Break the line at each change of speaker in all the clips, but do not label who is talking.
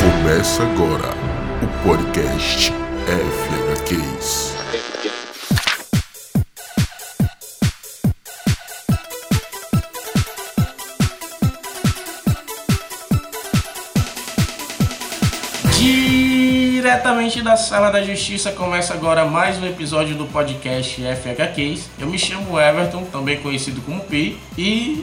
Começa agora o podcast FHQs.
Diretamente da Sala da Justiça começa agora mais um episódio do podcast FHQs. Eu me chamo Everton, também conhecido como Pi, e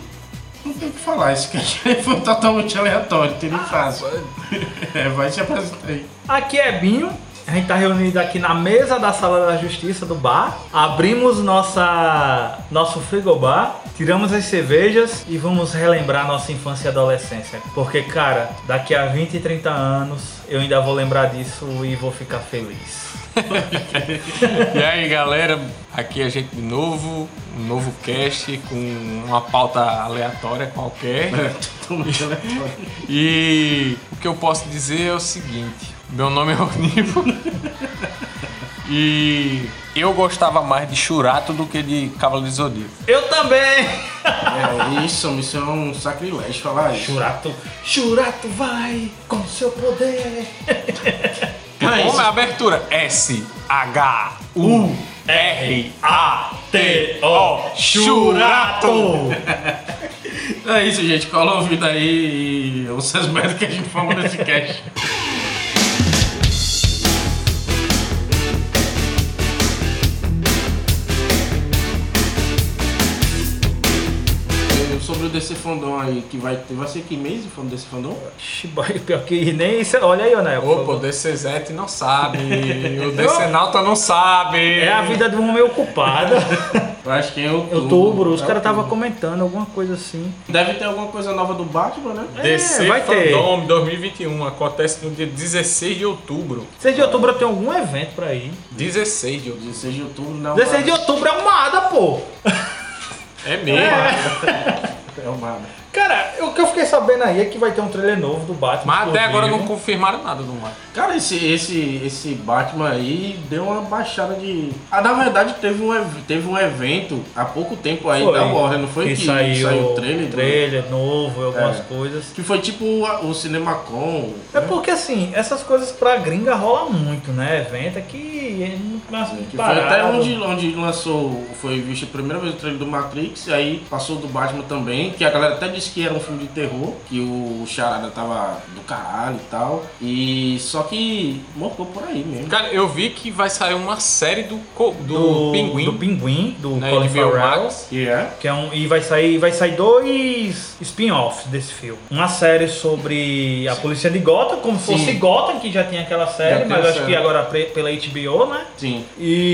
não tem o que falar, esse cara foi totalmente aleatório, tem nem fácil. É, vai se apresentar aí.
Aqui é Binho, a gente tá reunido aqui na mesa da sala da justiça do bar. Abrimos nossa nosso frigobar, tiramos as cervejas e vamos relembrar nossa infância e adolescência. Porque, cara, daqui a 20 e 30 anos eu ainda vou lembrar disso e vou ficar feliz.
E aí galera, aqui é a gente de novo, um novo cast com uma pauta aleatória qualquer.
Totalmente aleatório.
E o que eu posso dizer é o seguinte: meu nome é Onivo e eu gostava mais de Churato do que de Cavaleiro do Zodíaco.
Eu também!
É isso, isso é um sacrilégio falar isso.
Churato, Churato vai com seu poder!
Mas-
Como é a abertura? S H U R A T O Churato.
É isso, gente. Cola o ouvido aí e ouça as merdas que a gente falou nesse cast. Eh, Sobre o DC Fandom aí, que vai ter. Vai ser que mês o fandom desse Fandom?
Chibai, pior que nem isso. Olha aí, Onel.
Opa, o DCZ não sabe, o DC Nauta não sabe.
É a vida de um homem ocupado.
Eu acho que é outubro.
Outubro, os
É
caras estavam
outubro.
comentando alguma coisa assim.
Deve ter alguma coisa nova do Batman, né?
DC
É, vai ter.
Fandom 2021 acontece no dia 16 de outubro.
6 de outubro tem algum evento pra ir.
16 de outubro.
16 de outubro né? não.
16 de outubro é uma ada, pô!
É mesmo.
É uma...
Cara, o que eu fiquei sabendo aí é que vai ter um trailer novo do Batman.
Mas até agora não
exclusivo.
confirmaram nada do Mario.
Cara, esse, esse, esse Batman aí deu uma baixada de. Ah, na verdade, teve um, ev- teve um evento há pouco tempo aí da Warner, não foi?
Que, saiu,
o trailer? né? do-
trailer novo, algumas
É.
coisas.
Que foi tipo a- o Cinemacon.
É porque assim, essas coisas pra gringa rola muito, né? Evento é que é muito mais
Que foi
parado.
até um onde, onde lançou, foi visto a primeira vez o trailer do Matrix, e aí passou do Batman também, que a galera até disse que era um filme de terror, que o Charada tava do caralho e tal. E só que morreu por aí mesmo.
Cara, eu vi que vai sair uma série do, co-
do
do, Pinguim né?
do Pinguim, do
na
Colin
HBO
Farrell.
Max.
E é?
Que é um, e vai sair, vai sair dois spin-offs desse filme. Uma série sobre a polícia de Gotham, como se
Sim.
fosse Gotham, que já tinha aquela
Já
série,
tem
mas
a
acho
série.
que agora pre- pela HBO, né?
Sim.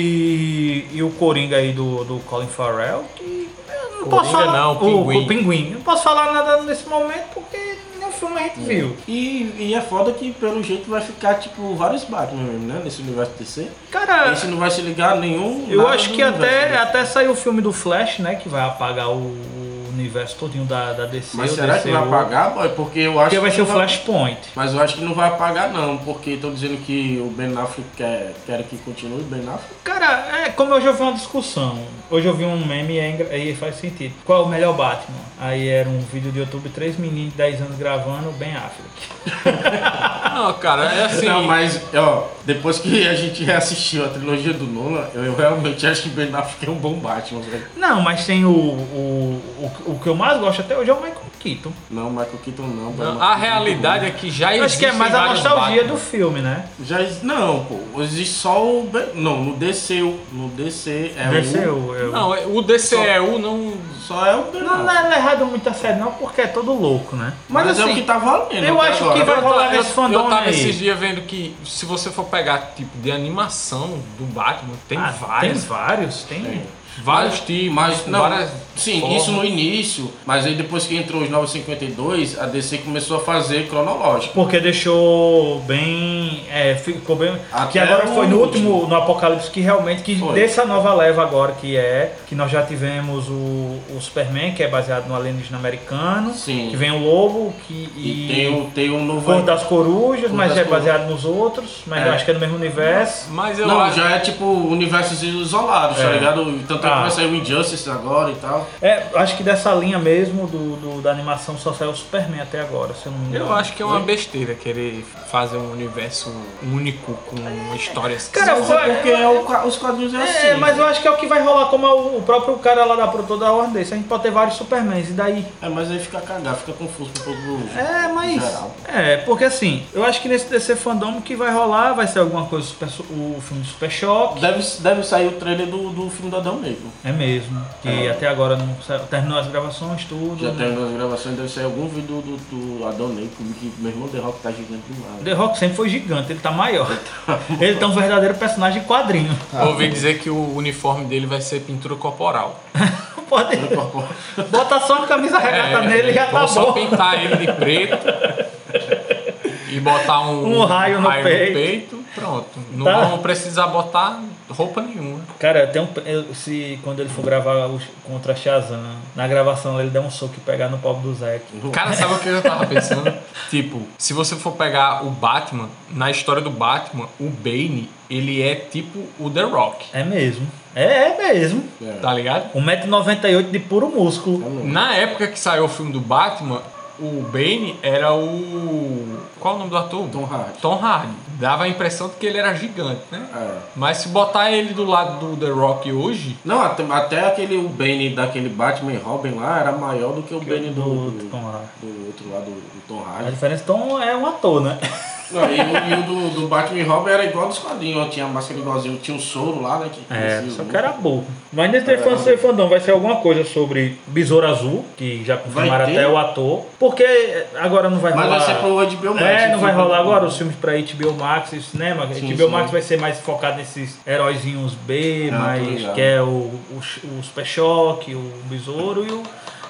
E, e o Coringa aí do, do Colin Farrell, que eu não
Coringa
posso falar.
não,
o
Pinguim.
O, Pinguim. Não posso falar nada nesse momento porque nenhum filme a gente viu.
E, e é foda que pelo jeito vai ficar tipo vários Batman mesmo, né? Nesse universo DC.
Cara,
Esse não vai se ligar a nenhum.
É. eu
nada
acho
do
que
universo
até,
dele.
até saiu o filme do Flash, né? Que vai apagar o, o universo todinho da, da DC.
Mas
o
será que vai
DCU.
apagar, boy? Porque eu acho
Porque vai
que
ser o
não
Flashpoint.
Mas eu acho que não vai apagar não, porque estão dizendo que o Ben Affleck quer, quer que continue o Ben Affleck.
Cara, é como hoje eu vi uma discussão. Hoje eu vi um meme e é engra- aí faz sentido. Qual é o melhor Batman? Aí era um vídeo do YouTube, três meninos de 10 anos gravando, Ben Affleck.
Não, cara, é assim.
Não, mas, ó, depois que a gente reassistiu a trilogia do Nolan, eu, eu realmente acho que Ben Affleck é um bom Batman, velho.
Não, mas tem o, o, o, o que eu mais gosto até hoje é o Michael Keaton.
Não, Michael Keaton não. Ben
Não,
Affleck é
a
muito
realidade
bom.
é que já existe.
Acho que é mais a nostalgia do filme, né?
Já ex- Não, pô, existe só o Ben... Não, no DC, o- no DC é
Esse
o...
o- eu-
Não, é- o DCEU não.
Só é o Ben
Não, não
Affleck.
é errado muito a sério não, porque é todo louco, né?
Mas, é o que tá valendo.
eu
até
acho
agora.
que vai
Eu
rolar
tava-
nesse
eu-
fandom
Eu tava
aí.
esses dias vendo que se você for pegar tipo de animação do Batman, tem
Ah,
várias.
Tem vários, tem.
Vários tipos,
Mas não,
várias
sim,
formas.
isso no início, mas aí depois que entrou os 952, a DC começou a fazer cronológico.
Porque deixou bem. É, ficou bem.
Até
que agora
Ah, é o
foi no último,
último.
no Apocalipse, que realmente, que
Foi.
dessa nova leva agora, que é. Que nós já tivemos o, o Superman, que é baseado no alienígena americano.
Sim.
Que vem o Lobo, que.
E,
E,
tem, o, tem um novo.
Cor das Corujas,
Cor
mas
das
é
Corujas.
baseado nos outros, mas
É.
eu acho que é no mesmo universo.
Mas eu
Não,
acho.
já é tipo universos isolados, tá
É.
ligado? Tanto vai
Ah.
começar o Injustice agora e tal.
É, acho que dessa linha mesmo do, do- da animação só saiu o Superman até agora, se eu não me engano.
Eu acho que é uma besteira querer fazer um universo único com histórias
Cara,
Mas
foi-
é porque é o qua- os quadrinhos é assim.
É, mas eu acho que é o que vai rolar, como é o o próprio cara lá da produtora da Warner Days. A gente pode ter vários Supermans, e daí?
É, mas aí fica cagado, fica confuso pro povo.
É, mas.
Geral.
É, porque assim, eu acho que nesse DC Fandom que vai rolar vai ser alguma coisa, super, o filme do Super Choque.
Deve, deve sair o trailer do, do filme do Adão Negro.
É mesmo, que
É.
até agora não saiu- terminou as gravações, tudo.
Já
né?
terminou as gravações, deve sair algum vídeo do, do Adão Negro, que meu irmão The Rock tá gigante demais.
The Rock sempre foi gigante, ele tá maior. ele tá um verdadeiro personagem de quadrinho.
Ouvi dizer que o uniforme dele vai ser pintura corporal.
Pode. Bota só a camisa regata nele e já tá
É, vou só
bom.
pintar ele de preto e botar um,
Um raio no peito.
Pronto. Não
Tá.
vão precisar botar roupa nenhuma.
Cara, tem um, eu- se quando ele for gravar o, contra Shazam, na gravação ele dá um soco e pegar no palmo do Zack.
Cara, sabe o que eu tava pensando? tipo, se você for pegar o Batman, na história do Batman, o Bane, ele é tipo o The Rock,
É mesmo. É, é mesmo.
tá ligado?
1,98m de puro músculo.
Na época que saiu o filme do Batman, o Bane era o. Qual é o nome do ator?
Tom Hardy.
Tom Hardy. Dava a impressão de que ele era gigante, né?
É.
Mas se botar ele do lado do The Rock hoje,
Não, até, até aquele o Bane daquele Batman e Robin lá era maior do que o Bane do, do,
do Tom Hardy.
do outro lado do, do Tom
A
Hardy.
diferença então é um ator, né?
Não, e o, e o do, do Batman e Robin era igual dos quadrinhos, ó, tinha a máscara igualzinho, tinha o soro lá, né? Que
É,
crescia
só
junto.
que era burro. Mas nesse é. fandom, fandom vai ser alguma coisa sobre Besouro Azul, que já confirmaram
Vai ter?
até o ator. Porque eh, agora não vai
Mas
rolar.
vai ser pro HBO Max.
É, não
então,
vai
pro-
rolar agora os filmes pra HBO Max e cinema.
Sim,
HBO
sim.
Max vai ser mais focado nesses heróizinhos B,
Ah, tô
mais
ligado.
que é o, o, o Super Choque, o Besouro e o.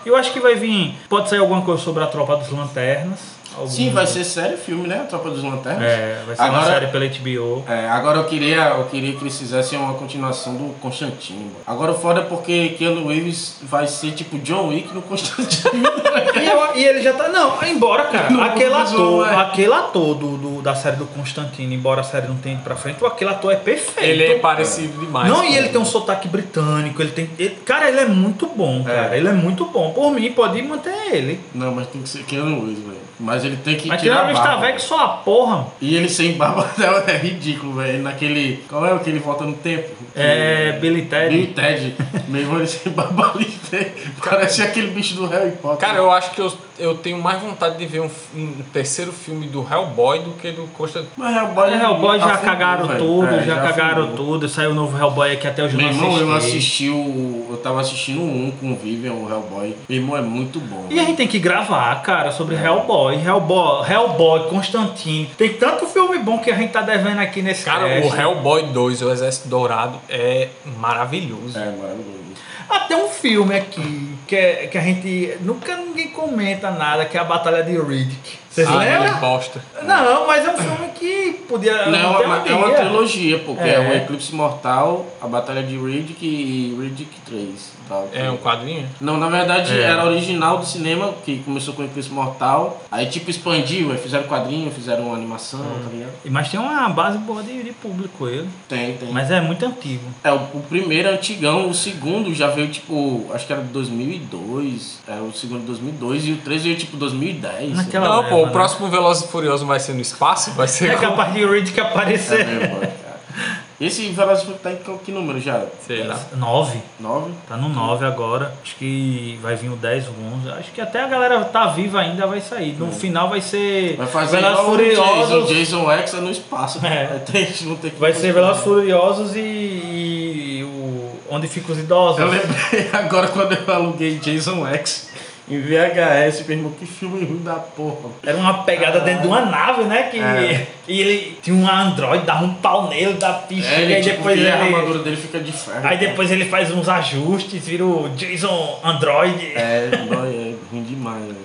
Eu acho que vai vir. Pode sair alguma coisa sobre a Tropa dos Lanternas. algum-
Sim, vai ser série filme, né? A Tropa dos Lanternas.
É, vai ser uma
Agora-
série pela HBO.
É, agora eu queria, eu queria que eles fizessem uma continuação do Constantino. mano. Agora o foda é porque Keanu Reeves vai ser tipo John Wick no Constantino.
E, eu- e ele já tá. Não, é embora, cara.
Não,
aquele
não,
ator,
não é.
aquele ator do, do- da série do Constantino, embora a série não tenha ido pra frente, aquele ator é perfeito.
ele é parecido demais.
Não,
com
e ele tem um sotaque britânico, ele tem. ele- cara, ele é muito bom, cara. Ele é muito bom. Por mim, pode manter ele.
Não, mas tem que ser Keanu Reeves, velho. Mas ele tem que
Mas tem
tirar
uma
a
vez tá
barba.
velho que só a porra.
E ele sem barba não, é ridículo, velho. Ele Naquele. Qual é o que ele volta no tempo?
É. Billy Ted.
Bill e Ted. Mesmo ele sem barba ali, né? parece aquele bicho do Harry Potter.
Cara, eu acho que eu, eu tenho mais vontade de ver um, f- um terceiro filme do Hellboy do que do Costa.
Mas Hellboy,
É, Hellboy já
afundou,
cagaram
Assim velho.
tudo,
É,
já, cagaram
afundou.
tudo. Saiu o novo Hellboy aqui até hoje eu
Meu
não
irmão, eu
assisti.
assisti o. Eu tava assistindo um com o Vivian, o Hellboy. Meu irmão, é muito bom.
E a gente tem que gravar, cara, sobre Hellboy, Hellboy, Hellboy, Constantine. Tem tanto filme bom que a gente tá devendo aqui nesse
Cara,
cast.
o Hellboy 2, o Exército Dourado, é maravilhoso.
É maravilhoso.
Até um filme aqui que, é- que a gente nunca ninguém comenta nada, que é a Batalha de Riddick. Vocês
Ah, ele
lembram?
bosta.
Não, mas é um filme que podia.
Não,
ter
é uma, é uma
dia.
trilogia, porque é.
É.
o Eclipse Mortal, a Batalha de Riddick e Riddick 3. Tá,
É um quadrinho?
Não, na verdade
É.
era original do cinema, que começou com o Eclipse Mortal. Aí tipo expandiu, aí fizeram quadrinho, fizeram animação,
Hum.
tá ligado?
Mas tem uma base boa de, de público ele.
Tem, tem.
Mas é muito antigo.
É, o, o primeiro é antigão, o segundo já veio tipo, acho que era de 2002, é o segundo de 2002 e o 3 veio tipo 2010.
Naquela-
Não,
leva,
pô,
né?
o próximo Velozes e Furioso vai ser no espaço? Vai
É
ser. com-
capaz de Riddick
sei
aparecer.
lá. É, meu irmão, cara. Esse Velozes e Furiosos tá em qual- que número já?
Sei lá.
Nove.
9?
Tá no 9 agora. Acho que vai vir o 10, o 11. Acho que até a galera tá viva ainda vai sair. No final vai ser.
Hum. Vai fazer
Velozes
igual o Jason,
Furiosos.
Jason X no espaço.
É.
É. Tem, não tem que
Vai ser Velozes Furiosos e, e o Onde Ficam os Idosos.
Eu lembrei agora quando eu aluguei Jason X em VHS, meu irmão, que filme ruim da porra.
Era uma pegada dentro de uma nave, né? Que
É.
e ele tinha um android, dava um pau nele, da ficha.
É,
e
ele,
aí
tipo,
depois
que
ele.
a armadura dele fica de ferro.
Aí depois ele faz uns ajustes, vira o Jason Android.
É, dói, é ruim demais. Né?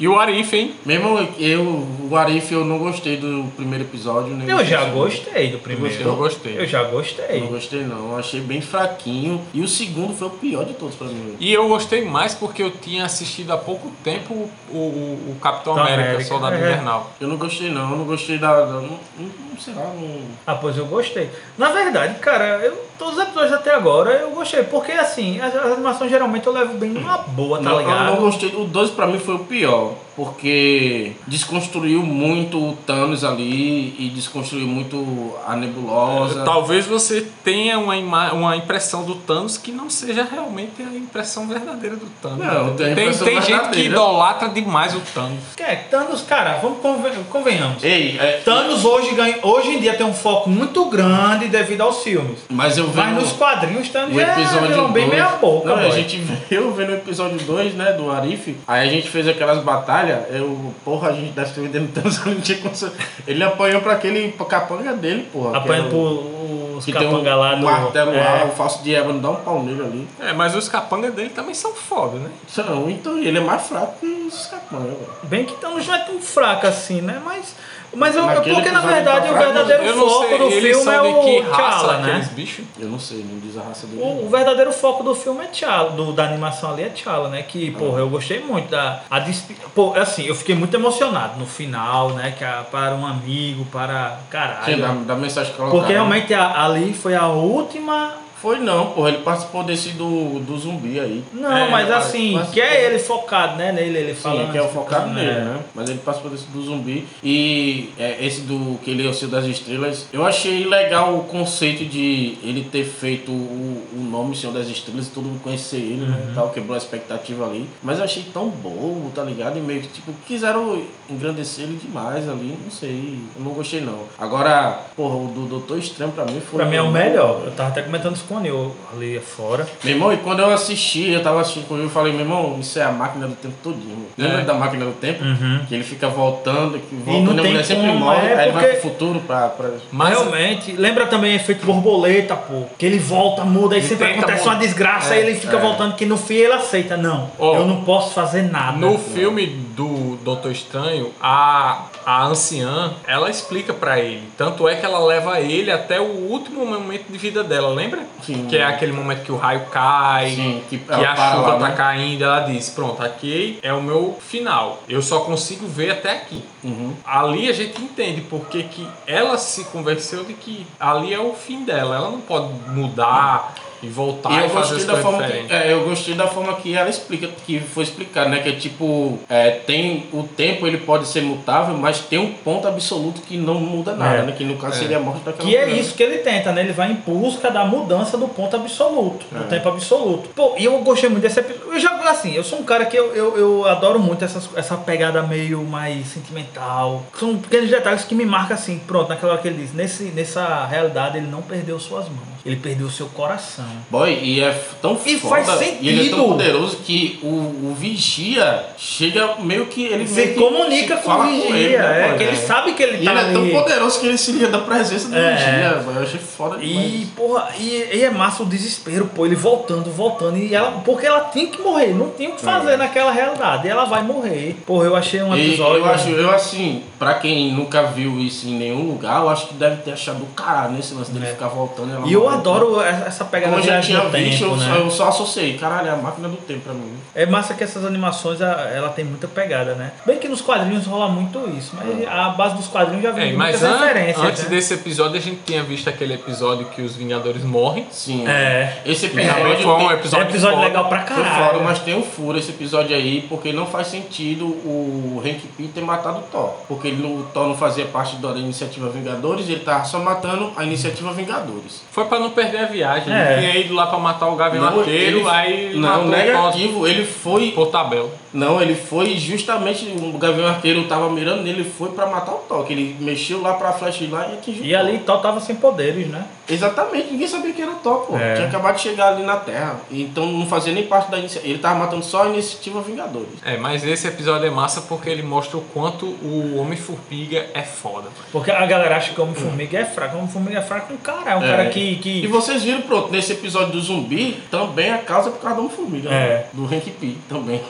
E o Arif, hein?
Mesmo eu, o Arif, eu não gostei do primeiro episódio. Nem
Eu
do
já
segundo.
gostei do primeiro.
Eu gostei.
Eu já
Não
gostei.
gostei não, eu achei bem fraquinho. E o segundo foi o pior de todos pra mim.
E eu gostei mais porque eu tinha assistido há pouco tempo o, o, o Capitão
Capitão
América,
América,
Soldado
é.
Invernal.
Eu não gostei não, eu não gostei da... da- não, não- sei lá, não.
Ah, pois eu gostei. Na verdade, cara, eu, todos os episódios até agora eu gostei. Porque, assim, as, as animações geralmente eu levo bem numa boa, tá
não, eu
ligado?
não gostei. O 2 pra mim foi o pior, porque desconstruiu muito o Thanos ali e desconstruiu muito a nebulosa.
Talvez você tenha uma, ima- uma impressão do Thanos que não seja realmente a impressão verdadeira do Thanos.
Não,
entendeu?
tem a
tem,
impressão
tem gente que
verdadeira.
idolatra demais o Thanos.
É, Thanos, cara, vamos conven- convenhamos.
Ei, é,
Thanos hoje, ganha, hoje em dia tem um foco muito grande devido aos filmes.
mas eu vi
Mas
no-
nos quadrinhos Thanos
O
é
um- episódio
vilão bem
dois-
meia boca,
Não, a
boy.
gente veio vendo o episódio 2, né, do Arif. Aí a gente fez aquelas batalhas. Eu, porra, a gente dessa vez dele tanto que não tinha condição. Ele apanhou pra aquele capanga dele, porra.
Apanha
que é o-
pro os
que tem um
capanga lá do.
martelo
é,
lá, o falso de Eva, não dá um pau nele ali.
É, mas os capangas dele também são foda, né?
Não, então ele é mais fraco que os capangas, velho.
Bem que Thanos não é tão fraco assim, né? Mas. Mas eu,
Naquele
porque na
episódio tá
verdade o
fraco,
verdadeiro
Eu não
foco
sei,
do
eles
filme
são
é
de que
o
raça
T'Challa,
aqueles
né?
bichos?
Eu não sei, não diz a raça dele.
O, o verdadeiro foco do filme é T'Challa, do, da animação ali é T'Challa, né? Que,
Ah.
porra, eu gostei muito da... A despe- Pô, assim, eu fiquei muito emocionado no final, né? Que a- para um amigo, para...
Sim, dá,
Caralho.
dá mensagem que colocaram.
Porque realmente a- ali foi a última...
Foi não, porra. Ele participou desse do, do zumbi aí.
Não,
É,
mas
mas-
assim,
mas-
que é ele focado, né? Nele, ele
Sim, é
falando... assim,
que é o focado
explicando,
nele, né? Mas ele passa por esse do zumbi. E é, esse do que ele é o Senhor das Estrelas. Eu achei legal o conceito de ele ter feito o, o nome Senhor das Estrelas e todo mundo conhecer ele, né?
Uhum.
e Tal, quebrou a expectativa ali. Mas eu achei tão bobo, tá ligado? E meio que, tipo, quiseram engrandecer ele demais ali. Não sei. Eu não gostei, não. Agora, porra, o do Doutor Estranho pra mim foi. um
Pra mim é o melhor. Eu tava até comentando isso com o Neil ali fora.
Meu irmão, e quando eu assisti, eu tava assistindo com ele, eu falei, meu irmão, isso é a máquina do tempo todinho. Lembra
É.
da máquina do tempo?
Uhum.
Que ele fica voltando, que volta,
não
e a
tem
mulher sempre
como,
morre,
é,
aí ele vai
porque-
pro futuro pra. pra...
Mas realmente, lembra também efeito borboleta, pô. Que ele volta, muda, aí
Ele
sempre
tenta
acontece
mudar.
uma desgraça,
É,
aí ele fica
é.
voltando, que no fim ele aceita. Não,
Ó,
eu não posso fazer nada.
Né?
No filme do Doutor Estranho, a, a anciã, ela explica pra ele. Tanto é que ela leva ele até o último momento de vida dela, lembra?
Sim.
Que é aquele momento que o raio cai,
Sim, que
que,
ela
a
para
chuva
lá,
tá
né?
caindo. Ela diz, pronto, aqui é o meu final. Eu só consigo ver até aqui.
Uhum.
Ali a gente entende porque que ela se convenceu de que ali é o fim dela. Ela não pode mudar e voltar
E
e,
eu
fazer
gostei,
as
da
coisas
forma
diferentes.
que, é, eu gostei da forma que ela explica, que foi explicado, né? Que é tipo, é, tem o tempo, ele pode ser mutável, mas tem um ponto absoluto que não muda nada,
É.
né? Que no caso seria a morte daquela
Que é
mulher.
isso que ele tenta, né? Ele vai em busca da mudança do ponto absoluto,
É.
do tempo absoluto. Pô, e eu gostei muito desse episódio. Eu já, assim, eu sou um cara que eu, eu, eu adoro muito essas, essa pegada meio mais sentimental. São pequenos detalhes que me marcam assim, pronto, naquela hora que ele diz, nesse, nessa realidade ele não perdeu suas mãos, ele perdeu seu coração.
Boy, e é f- tão
E
foda,
faz sentido.
e ele é tão poderoso que o, o vigia chega meio que ele
Se
meio que
comunica com o
fala
vigia,
ele, né,
é,
boy?
que ele sabe que ele
E
tá
ele é tão
ali.
poderoso que ele se liga da presença do
É.
vigia, boy. eu achei foda
E,
demais.
porra, e, e é massa o desespero, pô, ele voltando, voltando, e ela, porque ela tem que morrer, não tem o que fazer naquela realidade, e ela vai morrer. Porra, eu achei um
É. E
episódio...
eu acho, eu assim, pra quem nunca viu isso em nenhum lugar, eu acho que deve ter achado do caralho nesse lance dele
É.
ficar voltando. ela
E eu
morrendo.
adoro essa essa pegada
Como eu
de
já
viagem
tinha
no tempo,
visto, eu, só,
né?
eu só associei. Caralho, é a máquina do tempo pra mim.
É massa que essas animações, a- ela tem muita pegada, né? Bem que nos quadrinhos rola muito isso,
É.
mas a base dos quadrinhos já vem
É,
muitas
mas an-
referências,
antes
né?
desse episódio a gente tinha visto aquele episódio que os Vingadores morrem.
Sim.
É.
Esse
Também
episódio
foi um
tem-
É um
episódio,
episódio
foda.
legal pra
Foi foda,
caralho.
mas tem um furo esse episódio aí, porque não faz sentido o Hank Pym ter matado o Thor. Porque ele, o Thor não fazia parte da iniciativa Vingadores, ele tava só matando a iniciativa Vingadores.
Foi pra não perder a viagem.
É.
Ele tinha ido lá pra matar o Gavião
Não,
Arqueiro,
ele-
aí ele
Não, é um
matou o
negativo, ele foi.
Thor por tabela.
Não, ele foi justamente. O Gavião Arqueiro tava mirando nele, ele foi pra matar o Thor. Que ele mexeu lá pra flash lá e atingiu. o
E
Thor.
ali Thor tava sem poderes, né?
Exatamente, ninguém sabia que era o Thor, pô.
É.
Tinha acabado de chegar ali na Terra. Então não fazia nem parte da iniciativa. Ele tava matando só a iniciativa Vingadores.
É, mas esse episódio é massa porque ele mostra o quanto o Homem-Formiga é foda.
Porque a galera acha que o Homem-Formiga é fraco. O Homem-Formiga é fraco um cara, é um
É.
cara que... que...
E vocês viram, pronto, nesse episódio do zumbi, também a causa é por causa do Homem-Formiga. né?
É.
Do Hank P também.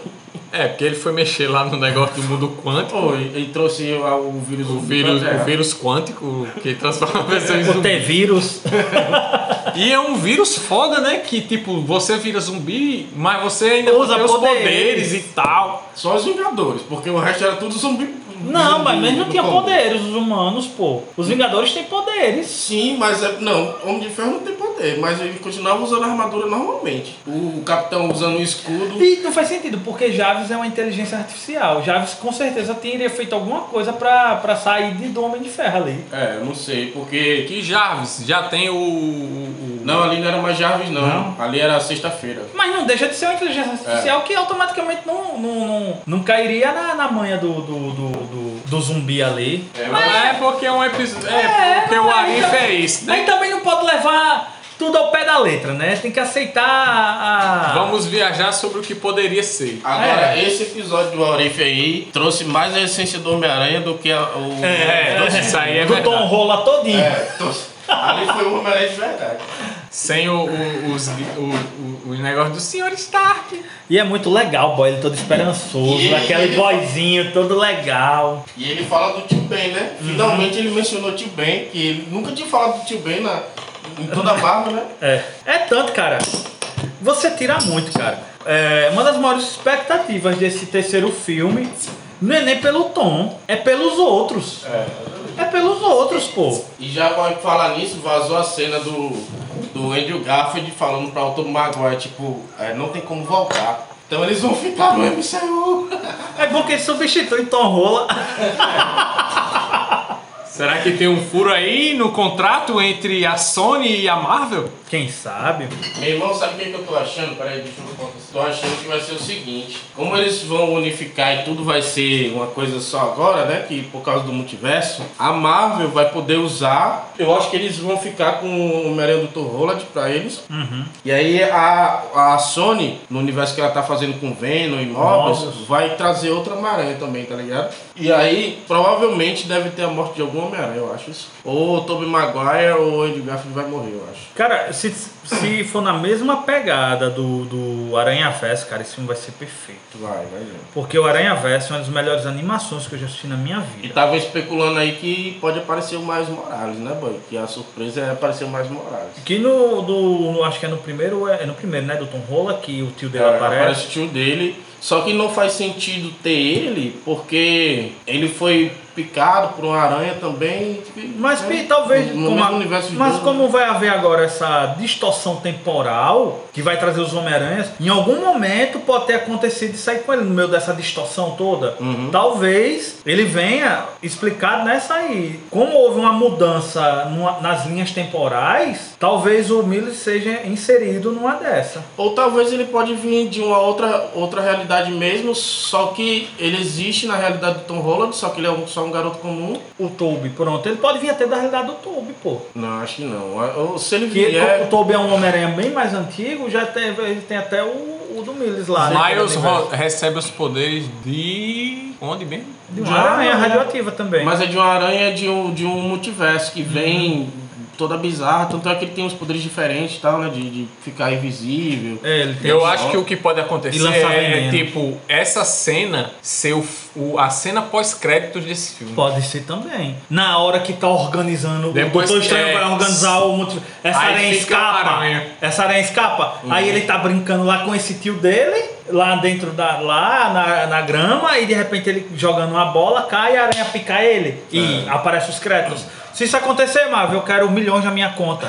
É, porque ele foi mexer lá no negócio do mundo quântico.
Pô, ele ele trouxe lá o vírus
O
zumbi
vírus,
é.
pra Terra.
o vírus quântico que transforma a pessoa em
O
zumbi.
T-Vírus.
E é um vírus foda, né? Que tipo, você vira zumbi, mas você ainda
Usa
tem os
poderes.
poderes e tal.
Só os Vingadores, porque o resto era tudo zumbi,
Não,
do-
mas mas não
do
tinha
combo.
poderes os humanos, pô. Os Vingadores têm poderes.
Sim, mas é- não, Homem de Ferro não tem poder, mas ele continuava usando a armadura normalmente. O Capitão usando o escudo.
E não faz sentido, porque Javes é uma inteligência artificial. Javes com certeza teria feito alguma coisa pra, pra sair de do Homem de Ferro ali.
É, eu não sei, porque.
Que Jarvis, já tem o. o- o-
Não, ali não era mais Jarvis, não. Ali era sexta-feira.
Mas não deixa de ser uma inteligência artificial que automaticamente não, não, não, não cairia na, na manha do, do, do, do, do zumbi ali.
É,
Não
mas-
é porque é um episódio.
É,
É, porque
não
o
é,
Arif
então-
é isso, né?
Aí também não pode levar tudo ao pé da letra, né? Tem que aceitar a. a-
Vamos viajar sobre o que poderia ser.
Agora,
É.
esse episódio do Aurife aí trouxe mais a essência do Homem-Aranha do que a- o.
isso aí é
do
verdade.
Tom Rola todinho.
É, trouxe- ali foi o Homem-Aranha de verdade.
Sem o, o, os, o, o, o negócio do Sr. Stark.
E é muito legal, boy. Ele todo esperançoso,
E ele-
aquele boyzinho todo legal.
E ele fala do tio Ben, né? Finalmente ele mencionou o tio Ben, que ele nunca tinha falado do tio Ben na, em toda a barba, né?
É. É tanto, cara. Você tira muito, cara. É uma das maiores expectativas desse terceiro filme. Não é nem pelo Tom, é pelos outros. É, pelos outros, pô.
E já vai falar nisso, vazou a cena do, do Andrew Garfield falando pra Otto Maguire, tipo, é, não tem como voltar. Então eles vão ficar no MCU.
É bom que ele substitui Tom então Rola.
Será que tem um furo aí no contrato entre a Sony e a Marvel?
Quem sabe?
Meu irmão, sabe o que que eu tô achando? Peraí, deixa eu contar. Tô achando que vai ser o seguinte. Como eles vão unificar e tudo vai ser uma coisa só agora, né? Que por causa do multiverso, a Marvel vai poder usar. Eu acho que eles vão ficar com o Homem-Aranha do Tom Holland pra eles. E aí a, a Sony, no universo que ela tá fazendo com Venom e Morbius, vai trazer outra Homem-Aranha também, tá ligado? E aí, provavelmente deve ter a morte de algum Homem-Aranha, eu acho isso. Ou o Tobey Maguire ou o Andrew Garfield vai morrer, eu acho.
Cara, se, se for na mesma pegada do, do Aranha Verso, cara, esse filme vai ser perfeito.
Vai, vai, gente.
Porque o Aranha Verso é uma das melhores animações que eu já assisti na minha
E tá-
vida.
tava especulando aí que pode aparecer o Miles Morales, né, boy? Que a surpresa é aparecer o Miles Morales.
Que no, do, no- Acho que é no primeiro, é no primeiro, né? Do Tom Rola, que o tio dele
É,
aparece.
aparece o tio dele. Só que não faz sentido ter ele, porque ele foi picado por uma aranha também.
Mas
né?
Pi, talvez.
No
como,
mesmo
a-
universo de
mas
jogo,
como vai haver agora essa distorção temporal que vai trazer os Homem-Aranhas, em algum momento pode ter acontecido isso aí com ele, no meio dessa distorção toda.
Uhum.
Talvez ele venha explicado nessa aí. Como houve uma mudança numa- nas linhas temporais, talvez o Miles seja inserido numa dessa.
Ou talvez ele pode vir de uma outra, outra realidade mesmo, só que ele existe na realidade do Tom Holland, só que ele é um- só um garoto comum.
O Toby, pronto. Ele pode vir até da realidade do Toby, pô.
Não, acho que não. Ou se ele
Que ele-
vier...
o Toby é um Homem-Aranha bem mais antigo, já teve, ele tem até o, o do Miles lá. né?
Miles
Que era
ro- recebe os poderes de. Onde mesmo?
de uma
né?
aranha é radioativa também.
Mas é de uma aranha de um, de um multiverso que vem toda bizarra, tanto é que ele tem uns poderes diferentes e tal, né? De, de ficar invisível.
É, ele tem
Eu
um-
acho que o que pode
E
acontecer
lançar
é,
veneno.
tipo, essa cena ser o, f- o- a cena pós-créditos desse filme.
Pode ser também. Na hora que tá organizando,
Depois
o Doutor Estranho
é.
vai organizar o multi... Essa
Aí
aranha
fica
escapa.
a Uhum. aranha.
Essa aranha escapa. Aí ele tá brincando lá com esse tio dele, lá dentro da. lá na, na grama, e de repente ele jogando uma bola, cai e a aranha pica ele.
É.
E aparece os créditos. Se isso acontecer, Marvel, eu quero milhões na minha conta.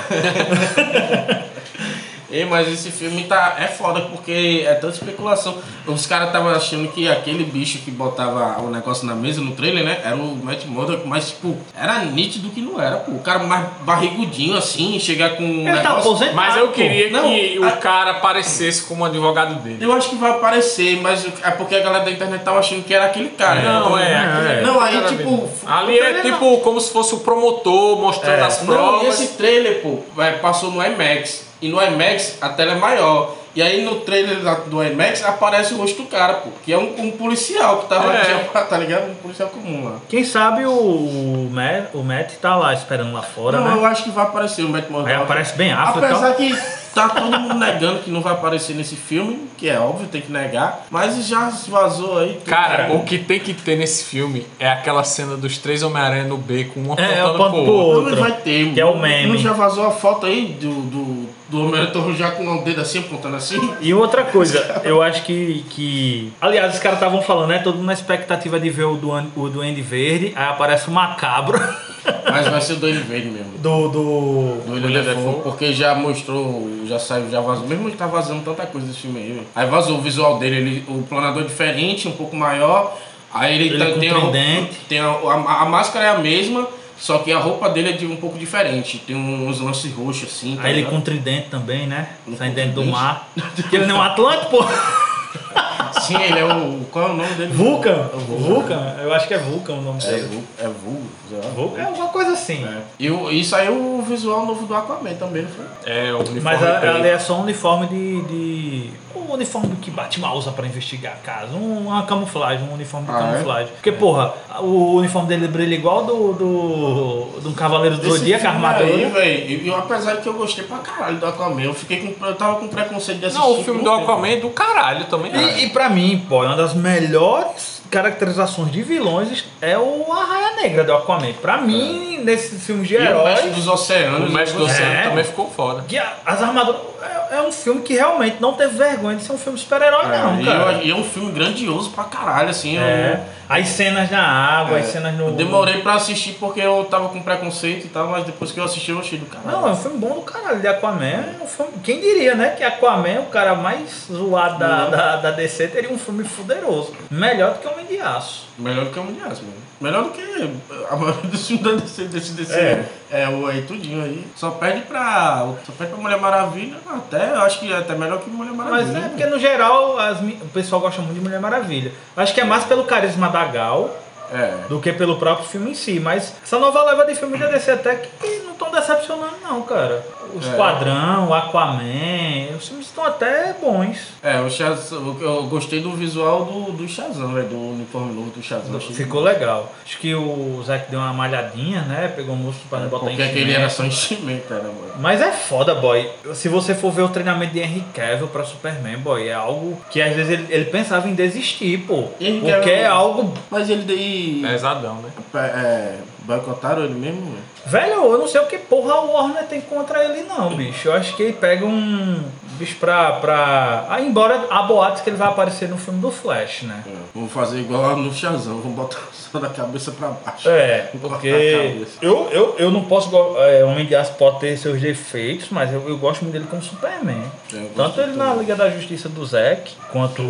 Ei, mas esse filme tá, é foda porque é tanta especulação. Os caras estavam achando que aquele bicho que botava o negócio na mesa no trailer, né? Era o Matt Murdock, mas tipo, era nítido que não era, pô. O cara mais barrigudinho assim, chegar com um
Ele tá
negócio.
aposentado.
Mas eu
pô.
queria
Não,
que
a-
o cara aparecesse como advogado dele.
Eu acho que vai aparecer, mas é porque a galera da internet tava achando que era aquele cara. né?
Não,
Então,
é. aquele-
Não, aí
cara
tipo.
mesmo. Ali é tipo como se fosse o promotor
É.
mostrando as
Não, e
É, provas.
tipo
esse trailer, pô, vai- passou no IMAX. E no IMAX a tela é maior. E aí no trailer da- do IMAX aparece o rosto do cara, pô. Que é um, um policial que tava
É.
tinha- tá ligado? Um policial comum lá.
Quem sabe o, o, Matt, o Matt tá lá esperando lá fora,
não,
né?
eu acho que vai aparecer o Matt Murdock.
Aí aparece bem África.
Apesar que tá todo mundo negando que não vai aparecer nesse filme, que é óbvio, tem que negar. Mas já vazou aí. tudo,
Cara, o que tem que ter nesse filme é aquela cena dos três Homem-Aranha no beco, um
É,
apontando
apontando
pro
pro
outro.
Não,
outro.
mas vai ter,
Que é o
Não
meme.
já vazou a foto aí do, do, do O Homem-Aranha tornou já com o dedo assim, apontando assim.
E outra coisa, eu acho que. que... Aliás, os caras estavam falando, né? Todo mundo na expectativa de ver o Duende, o Duende Verde, aí aparece o macabro
Mas vai ser o Duende Verde mesmo.
do. do...
Do
William
William Defoe,
Dafoe.
porque já mostrou, já saiu, já vazou. Mesmo ele tá vazando tanta coisa desse filme aí, velho. Aí vazou o visual dele, ele, o planador é diferente, um pouco maior. Aí ele,
Ele é
tá- tem, a,
contundente.
tem a, a- a máscara é a mesma, só que a roupa dele é de um pouco diferente. Tem um, uns lances roxos assim. tá
Aí ele
ligado?
com tridente também, né?
Ele
Sai
com
dentro do
tridente?
mar. Que ele não é um Atlante, pô.
Sim, ele é o. Qual é o nome dele?
Vulcan.
É o
Vulcan. Eu acho que é Vulcan o nome
É
dele.
Vulcan. É Vulcan. sei lá.
Vulcan é alguma coisa assim.
É. E, o- e saiu o visual novo do Aquaman também, não foi?
É, o uniforme
Mas a-
preto.
ela é só um uniforme de. de... O uniforme que Batman usa pra investigar a casa. Um, uma camuflagem, um uniforme de
Ah, é?
camuflagem. Porque, porra, o uniforme dele brilha igual do. do. de um Cavaleiro do Zodíaco, a
filme aí,
armadura.
velho. E, e apesar de que eu gostei pra caralho do Aquaman, eu fiquei com. Eu tava com preconceito de assistir.
Não, o filme do
por um tempo.
Aquaman é do caralho também. acho.
E, e pra mim, pô, é uma das melhores caracterizações de vilões é o Arraia Negra do Aquaman. Pra mim, nesses filmes de
É. E o
heróis.
Mestre dos Oceanos.
O Mestre do
eu gostei.
Oceano
É.
também ficou foda.
que a- As armaduras. É, é um filme que realmente não teve vergonha de ser um filme de super-herói,
É,
não,
e
cara.
eu- e é um filme grandioso pra caralho, assim. eu-
É. As cenas na água,
é,
as cenas no.
eu demorei pra assistir porque eu tava com preconceito e tal, mas depois que eu assisti eu achei do caralho.
Não, é um filme bom do caralho. De Aquaman, é um filme... quem diria, né? Que Aquaman, é o cara mais zoado da, da, da DC, teria um filme fuderoso. Melhor do que Homem de Aço.
Melhor do que o Mundiás, mano. Melhor do que a maioria dos filmes da DC, desse DC.
É.
É. o aí tudinho aí. Só perde pra. Só perde pra Mulher Maravilha. Até, eu acho que é até melhor que Mulher Maravilha. né?
Mas é porque, no geral, as mi- o pessoal gosta muito de Mulher Maravilha. Acho que é mais pelo carisma da Gal
É.
do que pelo próprio filme em si. Mas essa nova leva de filmes da DC até que não estão decepcionando, não, cara.
É.
O Esquadrão, o Aquaman, os filmes estão até bons.
É, o Shaz... eu eu gostei do visual do, do Shazam, velho. Do uniforme novo do Shazam. Achei-
Ficou legal. Acho que o Zack deu uma malhadinha, né? Pegou o músculo pra não botar
Porque
em
aquele
chinelo.
era só enchimento, era, mano.
Mas é foda, boy. Se você for ver o treinamento de Henry Cavill pra Superman, boy, é algo que às vezes ele, ele pensava em desistir, pô.
Henry
porque
Cavill-
é algo.
Mas ele daí. É.
Pesadão, né?
é, boicotaram ele mesmo, né? velho.
Velho, eu não sei o que porra o Warner tem contra ele, não, bicho. Eu acho que ele pega um. Bicho, pra. pra... Ah, embora há boatos que ele vai aparecer no filme do Flash, né?
É, Vamos fazer igual lá no Shazam. Vamos botar só da cabeça pra baixo.
É,
Vamos botar a
porque
cabeça.
eu, eu, eu não posso. go- É, o Homem de Aço pode ter seus defeitos, mas eu, eu gosto muito dele como Superman.
É, eu gosto
Tanto ele na
também.
Liga da Justiça do Zack, quanto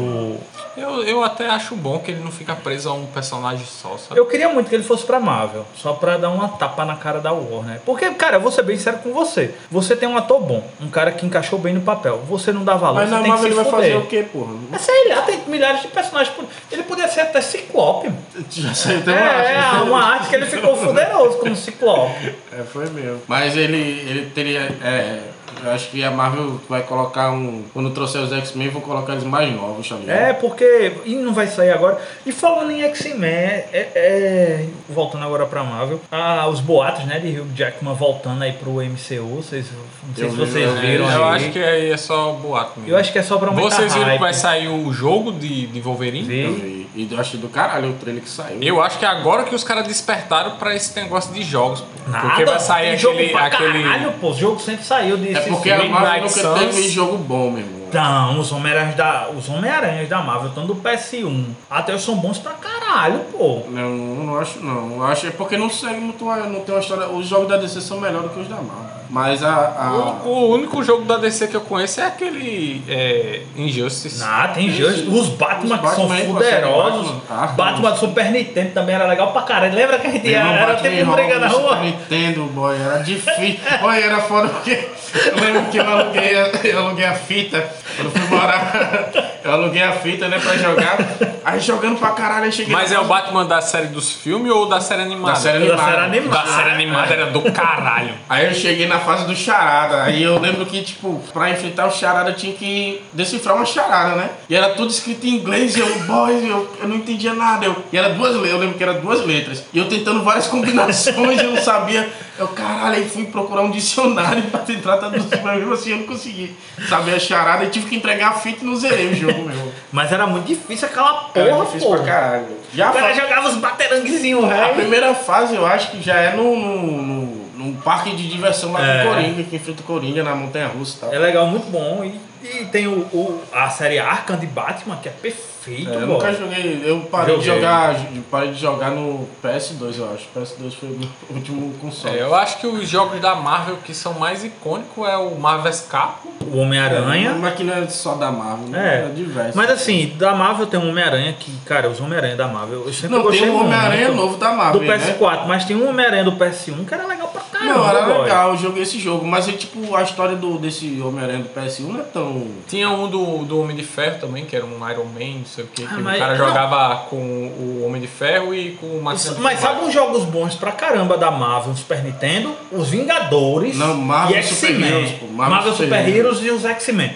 Eu, eu até acho bom que ele não fica preso a um personagem só, sabe?
Eu queria muito que ele fosse pra Marvel, só pra dar uma tapa na cara da Warner. Porque, cara, eu vou ser bem sério com você. Você tem um ator bom, um cara que encaixou bem no papel. Você não dá valor,
Mas
você
na
tem que
Marvel
se
ele vai
fuder.
fazer o quê, porra?
Mas sei lá, tem milhares de personagens. por- Ele podia ser até Ciclope.
Já saiu até uma
É, é,
arte. né?
uma arte que ele ficou fuderoso como Ciclope.
É, foi mesmo. Mas ele, ele teria. É, eu acho que a Marvel vai colocar um. Quando trouxer os X-Men, vou colocar eles mais novos, tá ligado?
É, porque. E não vai sair agora. E falando em X-Men, é, é- Voltando agora pra Marvel. Ah, os boatos, né, de Hugh Jackman voltando aí pro MCU. Vocês, não sei
Eu
se
vi,
vocês
eu vi.
viram.
É, eu
aí.
acho que aí é só boato mesmo.
Eu acho que é só pra aumentar
Vocês viram que
hype.
vai sair o jogo de, de Wolverine?
Eu vi. E eu achei do caralho o trailer que saiu.
Eu acho que é agora que os caras despertaram pra esse negócio de jogos. pô.
Nada,
Porque vai sair
tem
aquele.
Jogo pra
aquele...
Caralho, pô, o jogo sempre saiu de
É porque a
Midnight
Marvel nunca
Suns.
teve um jogo bom, meu irmão.
Não, os Homem-Aranhas da, os Homem-Aranhas da Marvel estão do PS1. Até eles são bons pra caralho, pô.
Não, não acho não. Eu acho é porque não segue muito a- não tem uma história. Os jogos da DC são melhores do que os da Marvel. Mas a.
Ah, O,
a...
o único jogo da DC que eu conheço é aquele. É, Injustice.
Ah, tem jogos. Os Batman
Os
que são
Batman aí,
fuderosos.
consegue Batman. Ah,
Batman do Super Nintendo também era legal pra caralho. Lembra que a gente
Meu irmão,
era, era
Batman e
tempo briga na
Robin,
rua?
Super Nintendo, boy, era difícil. boy, era foda porque eu lembro que eu aluguei, a- eu aluguei a fita quando fui morar. Eu aluguei a fita, né, pra jogar. Aí jogando pra caralho, aí cheguei.
Mas é o Batman da série dos filmes ou da série animada?
Da série
Ela
animada.
era animada. É.
Da série animada era do caralho.
Aí eu cheguei na fase do charada. Aí eu lembro que, tipo, pra enfrentar o charada eu tinha que decifrar uma charada, né? E era tudo escrito em inglês, e eu, boy, eu, eu não entendia nada. Eu, e era duas letras, eu lembro que era duas letras. E eu tentando várias combinações, eu não sabia. Eu, caralho, aí fui procurar um dicionário pra tentar traduzir, mas mesmo assim eu não consegui saber a charada e tive que entregar a fita e não zerei o jogo, meu.
Mas era muito difícil aquela
Era
porra,
difícil
pô.
pra caralho. Já
O cara
fa-
jogava os bateranguezinhos,
a
velho.
primeira fase eu acho que já é no. no, no, no Um parque de diversão lá
É.
com Coringa, que enfrenta o Coringa na Montanha Russa e tal.
É legal, muito bom. E, e tem o, o- a série Arkham de Batman, que é perfeito,
É, eu
bro.
nunca joguei, eu parei de
Joguei.
jogar, eu parei de jogar no PS2, eu acho. PS2 foi o meu último console.
É, eu acho que os jogos da Marvel que são mais icônicos é o Marvel's Capcom.
O Homem-Aranha.
Mas que não é só da Marvel, né?
É.
é diverso.
Mas assim, da Marvel tem um Homem-Aranha que, cara, os Homem-Aranha da Marvel. Eu sempre
não,
gostei
tem um
muito
Homem-Aranha novo da
do
Marvel, né?
PS4, mas tem um Homem-Aranha do PS1 que era legal pra caramba.
Não, era
boy.
legal, eu joguei esse jogo, mas é tipo, a história do, desse Homem-Aranha do PS1 não é tão.
Tinha um do, do Homem de Ferro também, que era um Iron Man, não sei o quê, que.
Ah,
o
mas-
cara
não.
jogava com o Homem de Ferro e com o Marcelo.
Mas sabe uns jogos bons pra caramba da Marvel, no Super Nintendo? Os Vingadores
Não, Marvel
e
Super Heroes, pô.
X-Men.
Marvel
Marvel,
Super É.
Super, Heroes e os X-Men.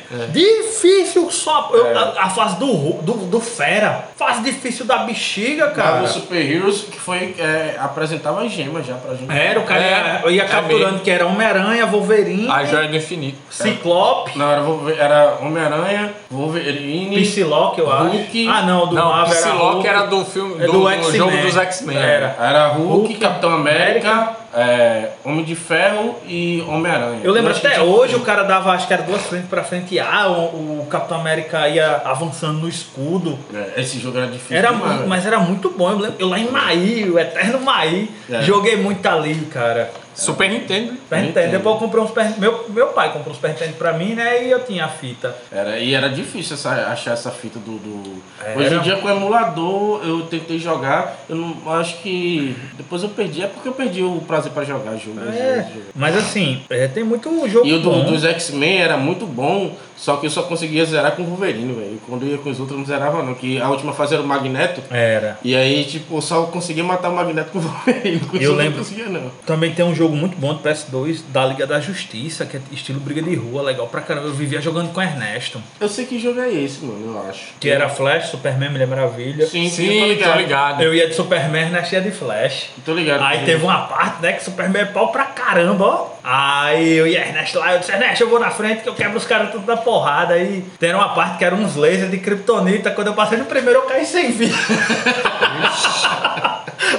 Difícil só. eu- a, a fase do, Ru- do, do Fera. Fase difícil da bexiga, cara.
Marvel Super Heroes, que foi. é, apresentava as gemas já pra gente.
Era, o cara
É,
ia, ia
é
capturando
mesmo. Ah,
que era Homem-Aranha, Wolverine,
A Joia do Infinito.
Ciclope,
Não, era, Wolver- era Homem-Aranha, Wolverine.
Psylocke, eu acho.
Hulk.
ah, não, do
Não, o
Marvel era
Psylocke
Hulk.
era do filme
É
do,
do
do
X-Men.
jogo dos X-Men.
Era.
Era Hulk,
Hulk,
Capitão América, é, Homem de Ferro e Homem-Aranha.
Eu lembro
acho que
até
tinha- um
hoje o cara dava, acho que era duas frentes pra frente e ah, o, o Capitão América ia avançando no escudo.
É, Esse jogo era difícil.
Era
demais,
muito,
velho.
mas era muito bom. Eu, lembro, eu lá em Maí, o Eterno Maí,
É.
joguei muito ali, cara.
Super Nintendo.
Super
Nintendo.
Nintendo. Depois eu comprei um Super meu, meu pai comprou um Super Nintendo pra mim, né? E eu tinha a fita.
Era, e era difícil essa- achar essa fita do. do-
É, Era.
Hoje em dia com o emulador eu tentei jogar, eu não acho que. Depois eu perdi, é porque eu perdi o prazer pra jogar jogo. né,
É,
jogo, jogo.
mas assim, é, tem muito jogo
E o do-
bom.
dos X-Men era muito bom, só que eu só conseguia zerar com o Wolverine, velho. Quando eu ia com os outros eu não zerava não, que a última fase era o Magneto.
Era.
E aí, tipo, eu só conseguia matar o Magneto com o Wolverine. Com
Eu
isso
lembro.
não conseguia, não.
Também tem um jogo muito bom do PS2 da Liga da Justiça, que é estilo briga de rua, legal pra caramba. Eu vivia jogando com Ernesto,
Eu sei que jogo é esse, mano, eu acho.
que era Flash, Superman, Mulher Maravilha.
Sim, sim, eu
Sim,
tô ligado.
tô ligado.
é. Eu ia de Superman, Ernesto ia de Flash.
Tô ligado.
Aí teve uma parte, né, que Superman é pau pra caramba, ó. Aí eu e Ernesto lá, eu disse, Ernesto, eu vou na frente que eu quebro os caras tudo da porrada. Aí tem uma parte que era uns lasers de Kryptonita, quando eu passei no primeiro eu caí sem vida.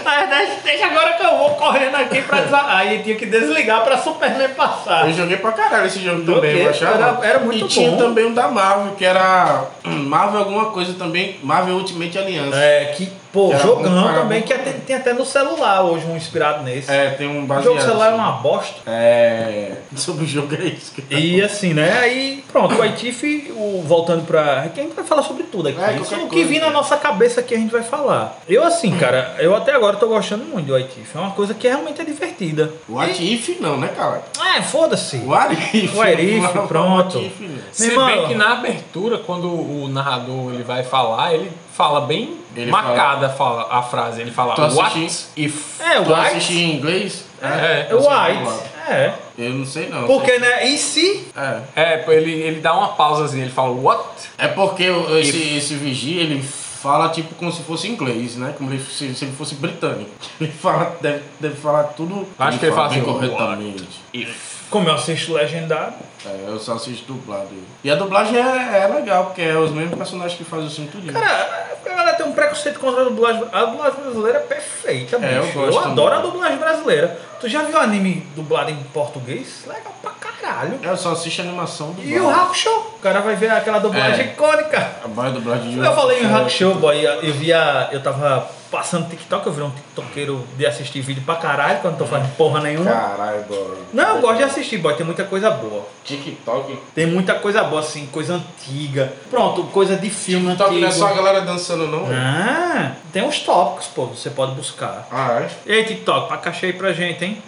Aí Ernesto, deixa agora que eu vou correndo aqui pra desligar. Aí tinha que desligar pra Superman passar.
Eu joguei pra caralho esse jogo
Joguei,
também, eu achava.
era- era muito
E tinha
bom.
também um da Marvel, que era hum, Marvel alguma coisa também, Marvel Ultimate Aliança. É,
É, que, pô,
Era bom
jogão
pra caramba.
também, que até- tem até no celular hoje um inspirado nesse.
tem um
o
baseado.
jogo do celular é uma bosta.
É... Sobre o jogo é isso. que-
E assim, né? Aí, pronto, o ITIF, o, voltando pra. que A gente vai falar sobre tudo aqui.
É, qualquer
Isso, o que
coisa.
vir na nossa cabeça aqui a gente vai falar. Eu, assim, cara, eu até agora tô gostando muito do ITIF. É uma coisa que realmente é divertida.
O What If não, né, cara?
É, foda-se.
O What If.
O What If,
Não,
pronto.
What If, não.
Se
Meu
bem
irmão.
que na abertura, quando o narrador ele vai falar, ele fala bem
Ele
marcada a fala- a frase. Ele fala
Tu
what?
assisti If.
É,
tu
what?
assisti em inglês?
É,
É o
eu sei falar.
White. É.
Eu não sei não.
Porque, né? E se.
É.
É, pô, ele, ele dá uma pausazinha, ele fala what?
É porque o- esse, esse vigia, ele fala tipo como se fosse inglês, né? Como ele- se, se ele fosse britânico. Ele fala, deve, deve falar tudo.
Acho que ele fala
bem
assim,
corretamente.
Como eu assisto legendado.
É, eu só assisto dublado. E a dublagem é, é legal, porque é os mesmos personagens que fazem o filme tudinho.
Cara, a galera tem um preconceito contra a dublagem. A dublagem brasileira é perfeita, bicho.
É, eu gosto também.
adoro a dublagem brasileira. Tu já viu anime dublado em português? Legal pra caralho.
Eu só assisto a animação do
E o Hakusho? O cara vai ver aquela dublagem
É.
icônica.
A boa dublagem de
Eu falei em Hakusho, boy. Eu via. Eu tava passando TikTok, eu vi um TikTokeiro de assistir vídeo pra caralho, quando não tô fazendo porra nenhuma.
Caralho, boy.
Não, eu gosto de assistir, boy. Tem muita coisa boa.
TikTok.
Tem muita coisa boa, assim, coisa antiga. Pronto, coisa de filme
TikTok não é só a
antigo.
galera dançando, não.
Ah, tem uns tópicos, pô, que você pode buscar.
Ah, é?
E aí, TikTok, pra caixa aí pra gente, hein?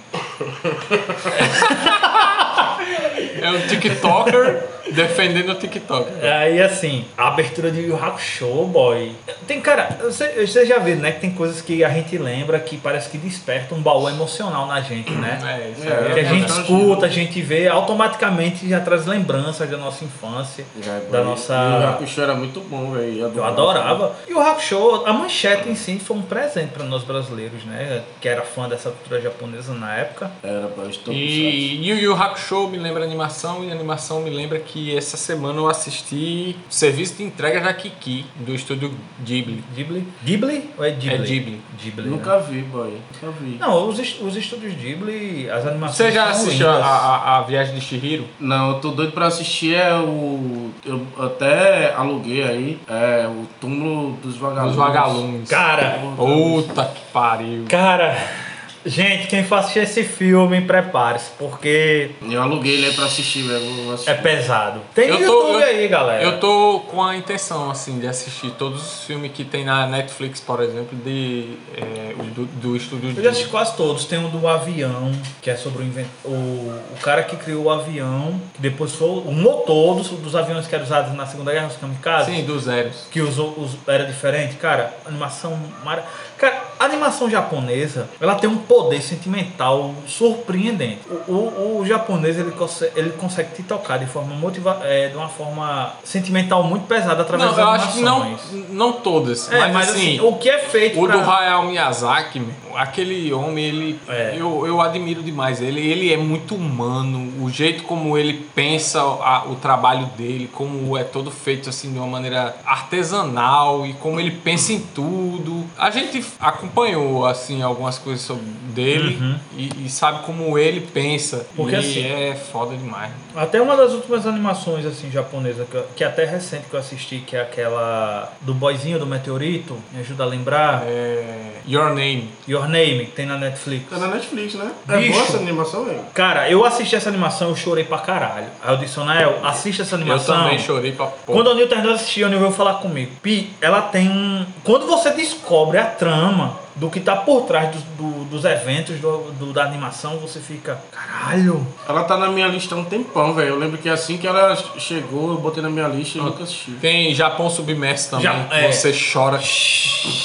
É o TikToker defendendo o TikTok.
Aí, assim, a abertura de Yu Hakusho, boy. Tem, cara, você, você já viu, né? Que tem coisas que a gente lembra que parece que desperta um baú emocional na gente, né?
É, isso
É,
aí
Que a
é
gente
verdade.
escuta, a gente vê, automaticamente já traz lembranças da nossa infância,
É, boy.
da
E o
nossa.
Hakusho era muito bom, velho.
Eu adorava. E o Hakusho, a manchete em si foi um presente pra nós brasileiros, né? Que era fã dessa cultura japonesa na época.
Era, boy. estou
E Yu Yu Hakusho me lembra animação e animação me lembra que e essa semana eu assisti Serviço de Entrega da Kiki, do estúdio Ghibli.
Ghibli? Ghibli ou é Ghibli?
É Ghibli.
Ghibli, né?
Nunca vi, boy. Nunca vi.
Não, os, est- os estúdios Ghibli, as animações
Você já
são
assistiu a,
lindas.
a- a Viagem de Shihiro?
Não, eu tô doido pra assistir é o. Eu até aluguei aí. É o túmulo dos vagalumes.
Os Vagalumes.
Cara,
Puta que pariu.
cara... Gente, quem for assistir esse filme, prepare-se, porque
Eu aluguei ele aí pra assistir, velho. eu vou assistir.
é pesado. Tem no
Eu tô-
YouTube
eu-
aí, galera.
Eu tô com a intenção, assim, de assistir todos os filmes que tem na Netflix, por exemplo, de, é, os do, do
Eu
estúdio
já
Ghibli.
assisti quase todos. Tem o do avião, que é sobre o, inven- o, o cara que criou o avião, que depois foi o motor dos, dos aviões que eram usados na Segunda Guerra, os kamikazes.
Sim, dos zeros.
Que usou, us- era diferente, cara. Animação mara... Cara, a animação japonesa ela tem um poder sentimental surpreendente. O, o, o japonês ele, conse- ele consegue te tocar de forma motiva... é, de uma forma sentimental muito pesada através
Não,
das
eu acho que não,
animações.
não todas,
É,
mas,
mas
assim,
assim, o que é feito
O do
pra-
Hayao Miyazaki, meu, aquele homem, ele.
É.
Eu, eu admiro demais ele. Ele é muito humano, o jeito como ele pensa a- o trabalho dele, como é todo feito assim de uma maneira artesanal e como ele pensa em tudo. A gente acompanhou assim algumas coisas sobre dele e, e sabe como ele pensa.
Uhum. Porque,
e
assim,
é foda demais.
Até uma das últimas animações assim japonesa que, eu- que até recente que eu assisti, que é aquela do boizinho do meteorito, me ajuda a lembrar,
É, Your Name.
Your Name, que tem na Netflix.
Tá na Netflix, né? É
Bicho.
boa essa animação, velho?
Cara, eu assisti essa animação, eu chorei pra caralho. Aí eu disse, Nael, assiste essa animação.
Eu também chorei pra porra.
Quando o Neil terminou de assistir, o Neil veio falar comigo. Pi, ela tem um. Quando você descobre a trama do que tá por trás dos- do- dos eventos do- do- da animação, você fica. Caralho!
Ela tá na minha lista há um tempão, velho. Eu lembro que assim que ela chegou, eu botei na minha lista e nunca assisti.
Tem Japão Submerso também.
Ja- é.
Você chora.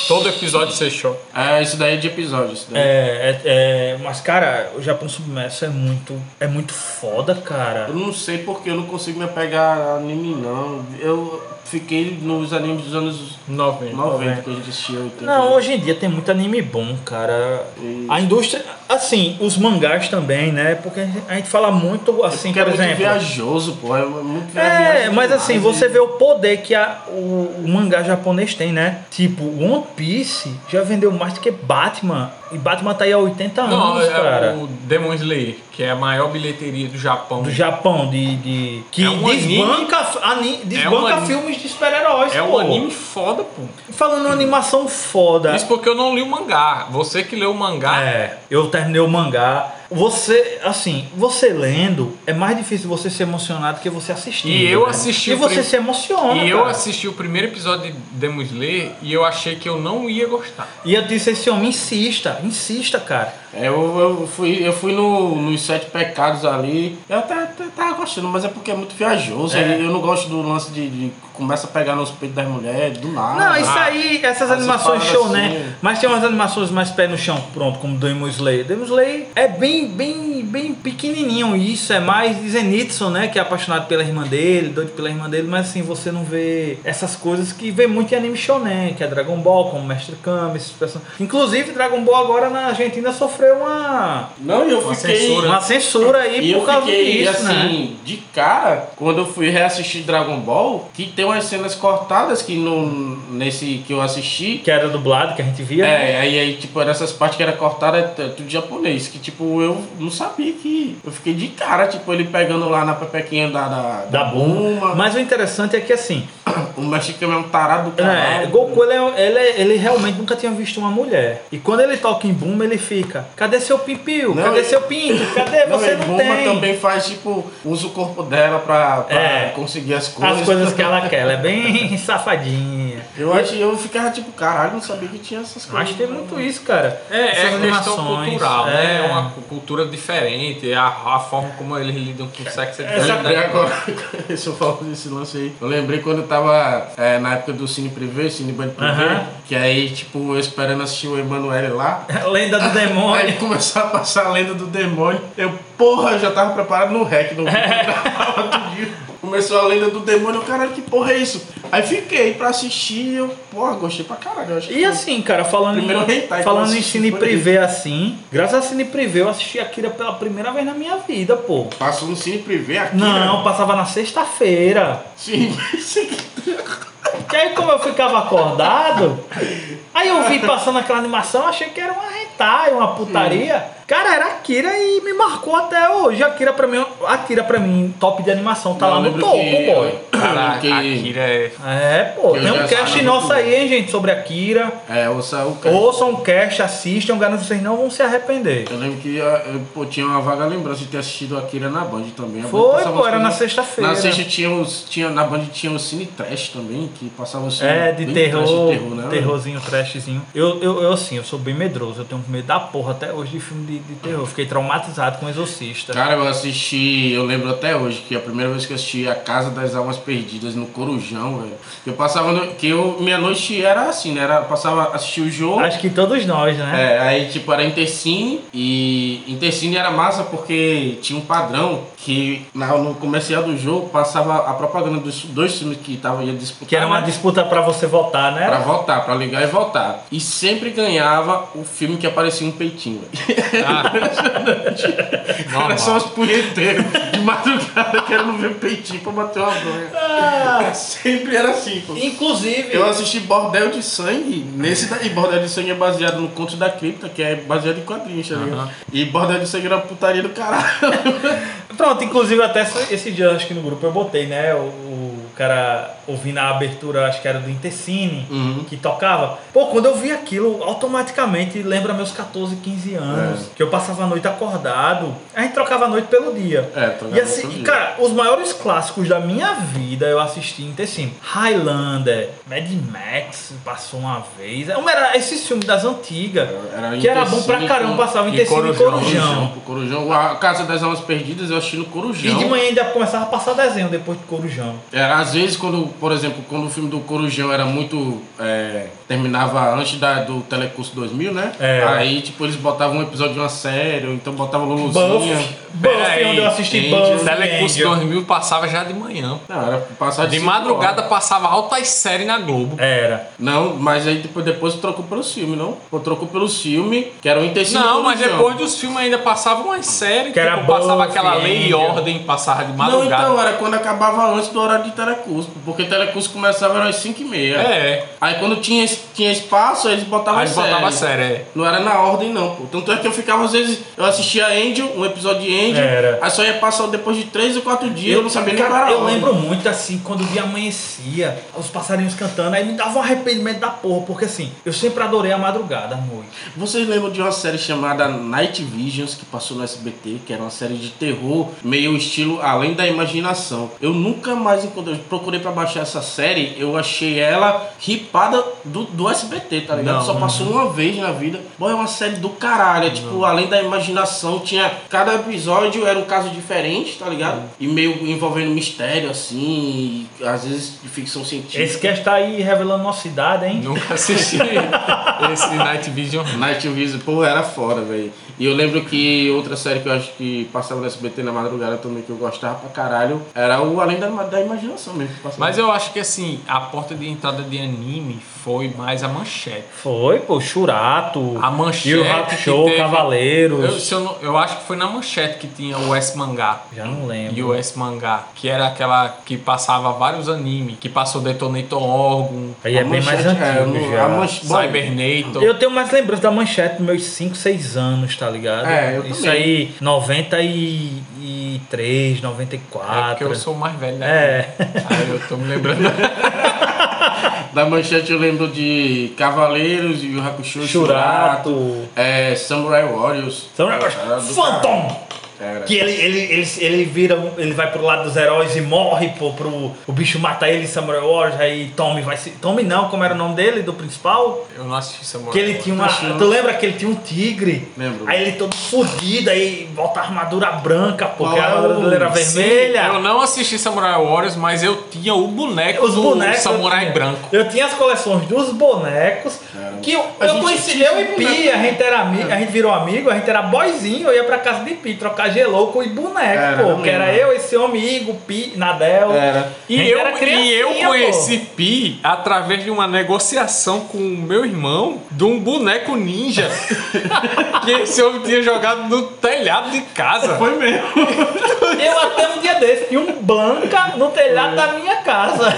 Todo episódio você chora.
É, isso daí é de episódio, isso daí.
É, é, é, mas cara, o Japão Submerso é muito, é muito foda, cara.
Eu não sei porque eu não consigo me apegar a anime, não. Eu fiquei nos animes dos anos
90.
90 que a gente assistia, 80.
Não, hoje em dia tem muito anime bom, cara. A indústria, assim, os mangás também, né? Porque a gente- a gente fala muito assim,
Porque é
por
muito
exemplo.
viajoso, pô. É muito
É,
viajoso
mas
demais,
assim,
e-
você vê o poder que a- o, o mangá japonês tem, né? Tipo, One Piece já vendeu mais do que Batman. E Batman tá aí há 80
Não,
anos,
é
cara.
o Demon Slayer, que é a maior bilheteria do Japão.
do Japão, de. de- que
É um É
desbanca, ani- desbanca
anime.
filmes de super-heróis.
É um
pô.
anime foda, pô.
Falando em animação foda.
Isso porque eu não li o mangá. Você que leu o mangá.
É, eu terminei o mangá. Você, assim, você lendo, é mais difícil você se emocionar do que você assistir. né?
E eu assisti
E
o
você
prim-
se emociona.
E eu
cara.
assisti o primeiro episódio de Demon Slayer e eu achei que eu não ia gostar.
E eu disse: esse homem insista, insista, cara.
É, eu, eu fui, eu fui no, nos Sete Pecados ali. Eu até, até tava gostando, mas é porque é muito viajoso. aí Eu não gosto do lance de, de começa a pegar nos peitos das mulheres, do nada.
Não, isso é- aí, essas
Ah,
animações
essas
show,
paradas assim.
né? Mas tem umas animações mais pé no chão, pronto, como Demon Slayer. Demon Slayer é bem, bem, bem pequenininho isso, é mais Zenitsu, né? Que é apaixonado pela irmã dele, doido pela irmã dele, mas assim, você não vê essas coisas que vê muito em anime shonen, que é Dragon Ball, como Mestre Kami, esses personagens. Inclusive, Dragon Ball agora na Argentina sofreu uma,
Não, e eu fiquei.
censura.
uma censura aí
E
por
eu
causa
fiquei
disso, né?
assim, de cara, quando eu fui reassistir Dragon Ball, que tem umas cenas cortadas que no, nesse que eu assisti.
Que era dublado, que a gente via. né?
É, aí, aí, tipo, nessas partes que era cortada, é tudo japonês. Que, tipo, eu não sabia que. Eu fiquei de cara, tipo, ele pegando lá na pepequinha da. Da,
Da Buma. Mas o interessante é que assim,
O mexicano é um tarado do
É,
caralho.
Goku ele, é- ele, é- ele realmente nunca tinha visto uma mulher. E quando ele toca em Buma, ele fica: Cadê seu pipiu?
Não,
Cadê
e-
seu pinto? Cadê?
Não,
Você
e
não
Bulma
tem.
também faz, tipo, usa o corpo dela pra, pra
É.
conseguir as coisas.
As coisas que ela quer, ela é bem safadinha.
Eu, acho, eu ficava tipo, caralho, não sabia que tinha essas coisas.
Acho que tem muito isso, cara.
É, é
Essas
questão
animações,
cultural, né?
é.
É uma cu- cultura diferente, a, a forma como eles lidam com o sexo é
Eu
diferente.
lembrei agora, se eu falo desse lance aí, eu lembrei quando eu tava é, na época do Cine Privé, Cine Band Privé,
Aham.
que aí, tipo, eu esperando assistir o Emanuele lá,
Lenda do
aí
demônio.
começou a passar a lenda do demônio, eu porra, eu já tava preparado no hack no outro dia. Começou a lenda do demônio, caralho, que porra é isso? Aí fiquei pra assistir e eu, porra, gostei pra caralho. eu acho que
E assim, cara, falando,
Primeiro hentai que eu
em, falando em
assisti
cine
foi
privê assim, graças a cine privê eu assisti Akira pela primeira vez na minha vida, pô.
Passou no cine privê aqui.
Não,
né?
passava na sexta-feira.
Sim, sim.
Que aí como eu ficava acordado, aí eu vi passando aquela animação, achei que era uma hentai, uma putaria. Cara, era Akira e me marcou até hoje. Akira pra mim, Akira pra mim, top de animação, tá
Eu
lá no
lembro
topo,
que-
boy.
Caraca,
é Que-
Akira é.
É, pô,
Eu
tem
já
um cast
sabia
nosso
tudo.
aí, hein, gente, sobre Akira.
É, ouça o cara.
Ouçam um cast, assistam, garanto que vocês não vão se arrepender.
Eu lembro que ah, eu, pô, tinha uma vaga lembrança de ter assistido Akira na Band também. A Band
Foi,
passava
pô,
as
era
coisas-
na sexta-feira.
Na sexta tinha os. Tinha, na Band tinha o Cine Trash também, que passava o cine.
É, de
bem
terror,
trash, de terror, né?
terrorzinho, trashzinho. Eu, eu, eu, assim, eu sou bem medroso, eu tenho medo da porra até hoje de filme de, de terror. Fiquei traumatizado com Exorcista.
Cara, eu assisti, eu lembro até hoje que a primeira vez que eu assisti A Casa das Almas Perdidas no Corujão, velho. Eu passava no, que eu minha noite era assim, né? Era passava assistir o jogo.
Acho que todos nós, né?
Ah, É, aí tipo era Intercine e Intercine era massa porque tinha um padrão que na- no comercial do jogo passava a propaganda dos dois times que estavam ia disputar.
Que era uma
né?
disputa pra você votar, né?
Pra voltar, pra ligar e voltar. E sempre ganhava o filme que aparecia um peitinho. velho.
normal.
Era só os punheteiros de madrugada querendo ver peitinho pra bater uma bronha. Ah, Sempre era assim, pô.
Ah, Inclusive,
Eu assisti Bordel de Sangue nesse daí. Bordel de Sangue é baseado no Conto da Cripta, que é baseado em quadrinhos, tá ligado? E Bordel de Sangue era uma putaria do caralho.
pronto, inclusive até esse, esse dia, acho que no grupo eu botei, né? O, o cara ouvindo a abertura, acho que era do Intercine,
Uhum.
que tocava. Pô, quando eu vi aquilo, automaticamente lembra meus 14, 15
É.
anos, que eu passava a noite acordado. A gente trocava a noite pelo dia.
É, trocava
E assim,
pelo dia.
cara, os maiores clássicos da minha vida eu assisti em Intercine. Highlander, Mad Max, passou uma vez. Um Era esse filme das antigas,
Era
que era bom
Intercine
pra caramba,
com-
passava em
e
Intercine e
Corujão.
Corujão.
Corujão. Corujão. A Casa das Almas Perdidas eu assisti no
E
Corujão.
de manhã ainda começava a passar desenho depois de Corujão.
Era, É, às vezes, quando, por exemplo, quando o filme do Corujão era muito. é, terminava antes da, do Telecurso 2000, né?
É.
Aí, tipo, eles botavam um episódio de uma série, ou então botavam
Buff,
Luluzinha.
Buff, onde eu assisti
Angel.
Buff.
Telecurso
Angel.
2000 passava já de manhã.
Não, era passar
De
cinco
madrugada
horas.
passava altas séries na Globo.
Era.
Não, mas aí depois, depois trocou pelos filmes, não? Pô, trocou pelos filmes, que era o Intercine
Não, mas
Corujão.
depois dos filmes ainda passavam umas séries.
então. Que era
tipo, passava
Buffy,
aquela lei e
Angel.
ordem, passava de
Não,
madrugada.
então, era quando acabava antes do horário de telecurso, porque telecurso começava às 5h30.
É,
Aí quando tinha, tinha espaço, aí eles botavam
aí botava
série.
série, é.
Não era na ordem, não, pô. Tanto é que eu ficava, às vezes, eu assistia Angel, um episódio de Angel,
Era.
aí só ia passar depois de três ou quatro dias, eu, não sabia nem qual
cara,
era a
eu
ordem.
lembro muito assim, quando o dia amanhecia, os passarinhos cantando, aí me dava um arrependimento da porra, porque assim, eu sempre adorei a madrugada, a noite.
Vocês lembram de uma série chamada Night Visions, que passou no SBT, que era uma série de terror, meio estilo Além da Imaginação. Eu nunca mais encontrei, eu procurei pra baixar essa série, eu achei ela ripada do, do SBT, tá ligado?
Não,
Só passou uma vez na vida. Bom, é uma série do caralho, é tipo Além da Imaginação, tinha... Cada episódio era um caso diferente, tá ligado? E meio envolvendo mistério, assim, e às vezes de ficção científica.
Esse cast tá aí revelando nossa idade, hein?
é. Nunca assisti esse Night Vision.
Night Vision, pô, era fora, velho. E eu lembro que outra série que eu acho que passava no SBT na madrugada também, que eu gostava pra caralho, era o Além da, da Imaginação mesmo. que passava.
Mas eu acho que assim, a porta de entrada de anime foi mais a manchete.
Foi, pô, Churato,
A manchete.
e o Rap
que
Show,
teve- Eu,
Cavaleiros.
se eu, não- eu acho que foi na manchete que tinha o S-Mangá.
Já não
E
lembro.
o S-Mangá, que era aquela que passava vários animes, que passou Detonator Orgon,
Aí é
A
bem mais
Manchete, é,
antigo
eu não-
já.
a Manche- bom,
Cybernator.
Eu tenho mais lembrança da manchete dos meus 5, 6 anos, tá ligado?
É, eu
Isso
também.
aí, 93,
É porque
94.
eu sou o mais velho, né?
É.
Aí eu tô me lembrando.
Da manchete eu lembro de Cavaleiros e o Hakusho,
Churato.
é, Samurai Warriors.
São negócios-
É,
Era do
Phantom!
caralho, era.
Que ele, ele, ele, ele vira, um- ele vai pro lado dos heróis e morre, pô, pro, o bicho mata ele, Samurai Warriors, aí Tommy vai se. Tommy não, como era o nome dele, do principal?
Eu não assisti Samurai.
Que ele tinha uma.
Não.
Tu lembra que ele tinha um tigre?
Lembro.
Aí ele todo fudido, aí volta a armadura branca, pô,
Qual
que a
é
armadura
o- É
dele era
Sim,
vermelha.
Eu não assisti Samurai Warriors, mas eu tinha o boneco
Os
do
bonecos.
Samurai
eu tinha.
Branco.
Eu tinha as coleções dos bonecos. Que eu,
A
eu
gente
conheci
tinha
eu e
boneco.
Pi, a gente era amigo, a gente virou amigo, a gente era boyzinho, eu ia pra casa de Pi trocar G louco e boneco,
Era,
pô.
não
Que era
lembro.
eu, esse homem, Igo, Pi, Nadel.
Era.
E
A gente
eu,
era
e eu
criancinha,
conheci Pi através de uma negociação com o meu irmão de um boneco ninja que esse homem tinha jogado no telhado de casa.
Foi mesmo.
pô. Eu até um dia desse tinha um banca no telhado da minha casa.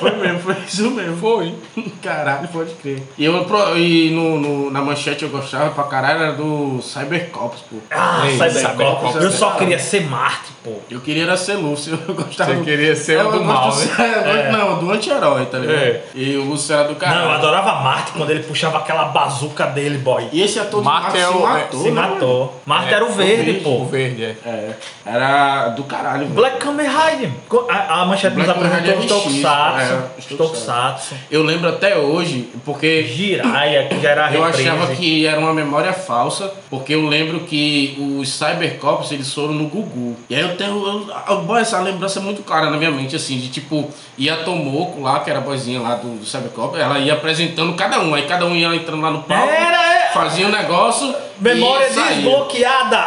Foi mesmo, foi isso mesmo.
Foi.
Caralho, pode crer. E, eu, pro- e no, no- na manchete eu gostava pra caralho era do Cybercops, pô.
Ah,
Ei,
sai da
sabe
Copa.
qual tá
Eu
foi?
só queria ser Marte, pô.
Eu queria era ser Lúcio, eu gostava.
Você queria ser
Eu
o
gosto
do mal,
do-
né?
eu gosto- Não, do anti-herói, tá ligado?
É.
E o Lúcio era do
Não, eu
caralho.
adorava Marte quando ele puxava aquela bazuca dele, boy.
e esse ator do
Marte
Marte
é
se
o-
matou.
Se
né, mano?
matou. Marte era o verde,
verde,
pô.
É, O verde, é.
É, era do caralho, velho.
Black Kamen Rider. Co- A, a manchete nos
Black Kamen
apresentou os
Rider RX,
Tokusatsu.
é, os
os Tokusatsu.
Eu lembro até hoje, porque
Jiraiya, que já era a
Eu
reprise.
achava que era uma memória falsa, porque eu lembro que os Cybercops eles foram no Gugu. E aí eu tenho eu, eu- boy, essa lembrança é muito clara na minha mente, assim, de tipo, ia a Tomoko lá, que era a boizinha lá do, do Cybercop, ela ia apresentando cada um, aí cada um ia entrando lá no palco,
Era, é.
fazia um negócio.
Memória
e saía.
desbloqueada.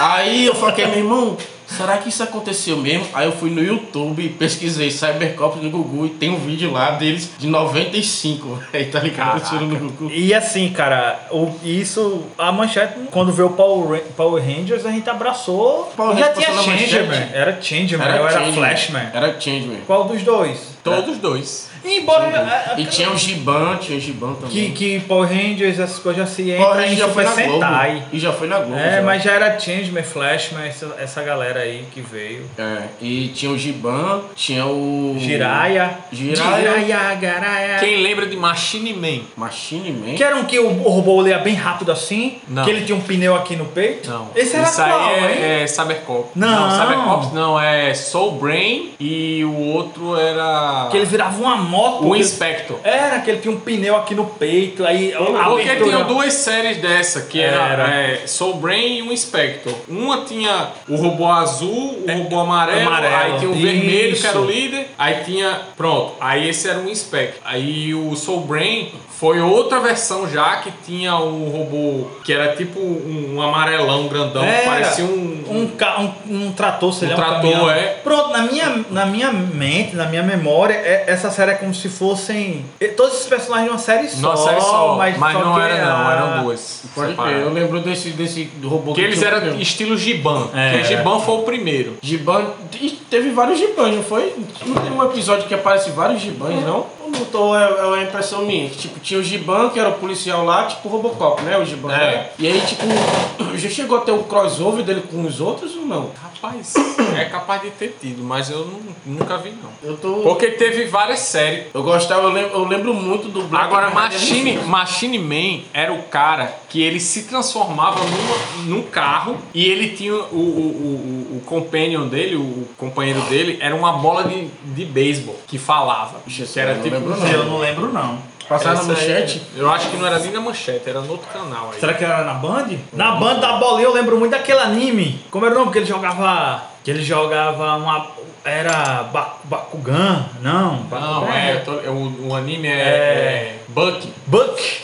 Aí eu falei, meu irmão, será que isso aconteceu mesmo? Aí eu fui no YouTube e pesquisei Cybercops no Gugu e tem um vídeo lá deles de 95, velho, tá ligado? Eles foram no Gugu.
E assim, cara, o- isso, a manchete, quando veio o Power, Ra- Power Rangers, a gente abraçou.
Power
já
Rangers
tinha
passou na
Changeman.
manchete?
Era Changeman, eu era né?
Changeman.
Flashman.
Era Changeman.
Qual dos dois?
Todos dois.
Embora. a- a-
E tinha o Giban, tinha o Giban
Que,
também.
que Power Rangers, essas coisas assim,
Power
entra em
Rangers já foi
Super
na Globo.
Sentai.
E já foi na Globo.
É,
já.
mas já era Changeman, Flashman, essa, essa galera aí que veio.
É, e tinha o Giban, tinha o.
Jiraya.
Jiraya.
Jiraya, Garaya.
Quem lembra de Machine Man?
Machine Man.
Que era um que o o robô lia bem rápido assim?
Não.
Que ele tinha um pneu aqui no peito?
Não.
Esse era
Isso
qual,
aí
hein?
é, é Cybercop.
Não.
Cybercop não, é Soul Brain e o outro era.
Que ele virava uma moto.
O
que-
Inspector.
Era que ele tinha um pneu aqui no peito, aí a
Porque
abertura-
tinha um duas séries dessa, que era,
Era.
é, Soul Brain e um Inspector. Uma tinha o robô azul, o robô amarelo,
É, amarelo.
aí tinha o vermelho, que era o
Isso.
líder, aí tinha. Pronto, aí esse era um Inspector. Aí o Soul Brain foi outra versão já que tinha o robô que era tipo um, um amarelão grandão,
Era.
parecia
um, ca- um, um trator, sei
Um
lá,
trator,
caminhão.
é.
Pronto, na minha, na minha mente, na minha memória, é- essa série é como se fossem eh, todos esses personagens de uma série só.
Nossa, é só, mas,
mas, só
não
que
era não,
a-
eram duas.
Pode crer,
separadas.
é? eu lembro desse, desse do robô
Porque eles
tinha um
eram
pneu.
estilo Giban.
É.
Porque Giban foi o primeiro.
Giban. E teve vários Gibans, não foi? Não tem um episódio que aparece vários Gibans, não? Ou Não tô, é, é uma impressão minha. que, Tipo, tinha o Giban, que era o policial lá, tipo Robocop, né? O Giban.
É.
né? E aí, tipo, já chegou a ter o crossover dele com os outros ou não?
Rapaz, é capaz de ter tido, mas eu nu- nunca vi não.
Eu tô.
Porque teve várias séries.
Eu gostava, eu lembro, eu lembro muito do Black
Agora,
Rider.
Machine, Machine Man era o cara que ele se transformava numa, num carro e ele tinha o, o, o, o- o companion dele, o companheiro dele, era uma bola de, de beisebol que falava.
Ixi,
Que era
eu não
tipo.
lembro,
Eu não lembro, não.
Passar na
Essa aí-
manchete.
eu acho que não era nem na manchete, era no outro canal aí.
Será que era na Band? Na Band da bolinha eu lembro muito daquele anime. Como era o nome? Que ele jogava. Que ele jogava uma. Era Ba- Bakugan? Não.
Não,
Bakugan
é, eu tô- é, o, o anime é,
É.
é Buck.
Buck.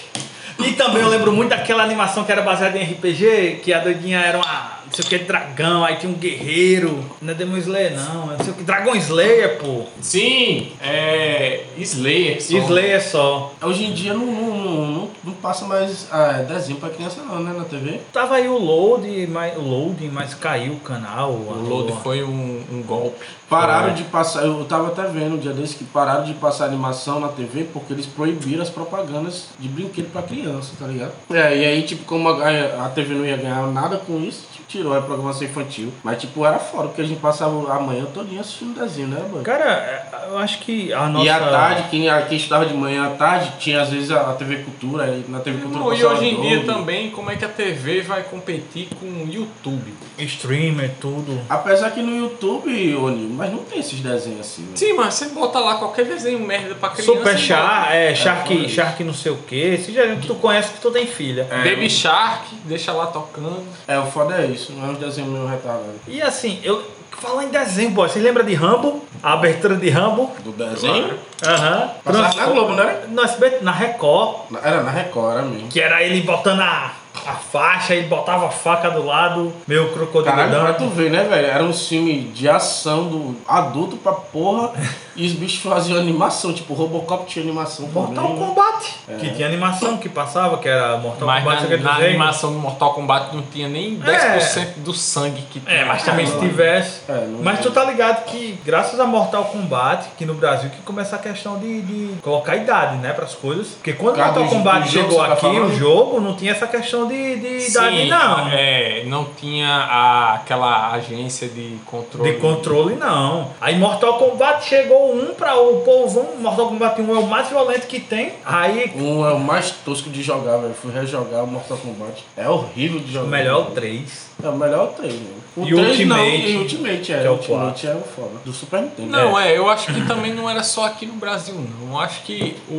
E também eu lembro muito daquela animação que era baseada em RPG, que a doidinha era uma, não sei o que, dragão, aí tinha um guerreiro. Não é Demon Slayer, não, é não sei o que, Dragon Slayer, pô.
Sim, é Slayer. só.
Slayer só.
Hoje em dia não, não, não, não- não passa mais ah, desenho pra criança não, né? Na TV.
Tava aí o load, mas, o loading, mas caiu o canal.
O Load foi um, um golpe.
Pararam de passar, eu tava até vendo um dia desse que pararam de passar animação na TV porque eles proibiram as propagandas de brinquedo pra criança, tá ligado? É, e aí, tipo, como a, a TV não ia ganhar nada com isso, tipo, tirou a programação infantil. Mas, tipo, era fora, porque a gente passava a manhã todinha assistindo desenho, né, mano?
Cara, eu acho que a nossa...
E à tarde, quem, é quem estudava de manhã à tarde, tinha às vezes a, a TV Cultura, aí na TV Cultura
Não, É. e
passava
hoje em dia
Globo.
também, como é que a TV vai competir com o YouTube?
Streamer, tudo.
Apesar que no YouTube, Oni, mas não tem esses desenhos assim. Né?
Sim, mas você bota lá qualquer desenho merda pra criança. né?
Super
e
Shark, é, Shark,
foi isso.
Shark não sei o que. Esse já tu conhece que tu tem filha.
bota. Baby Shark, deixa lá tocando.
É, o foda é isso, não é um desenho meio retardado.
E assim, eu falar em desenho, boy. Você lembra de Rambo? A abertura de Rambo?
Do desenho?
Aham.
Passava na Globo, né?
No SBT, na Record,
Na- Era na Record, era mesmo.
que era ele botando a. a faixa, ele botava a faca do lado, meu crocodilo
Caralho, pra tu
Dundee.
ver, né, velho? Era um filme de ação do adulto pra porra e os bichos faziam animação. Tipo, Robocop tinha animação
Mortal
também.
Kombat,
É.
que tinha animação que passava, que era Mortal
Mas
Kombat
na,
Secret
na
Invasion.
animação do Mortal Kombat não tinha nem 10% do sangue que tinha.
É, mas também se tivesse.
É, não
mas
tem.
tu tá ligado que, graças a Mortal Kombat, que no Brasil que começa a questão de, de colocar idade, né, pras coisas. Porque quando
Cara,
Mortal
do-
Kombat
do jogo
chegou
você tá
aqui,
falando?
o jogo não tinha essa questão de, de idade,
Sim,
não.
É, não tinha a- aquela agência de controle.
De controle, não. Aí Mortal Kombat chegou um pra o povão. Mortal Kombat 1 é o mais violento que tem. Aí
Um é o mais tosco de jogar, velho. Fui rejogar o Mortal Kombat. É horrível de
o
jogar.
melhor é o 3.
É o melhor é o 3, velho. O
E
3 não,
Ultimate,
e Ultimate, é.
que é o
Ultimate é o foda. Do Super Nintendo.
Não, é. eu acho que também não era só aqui no Brasil, não. Eu acho que o, o,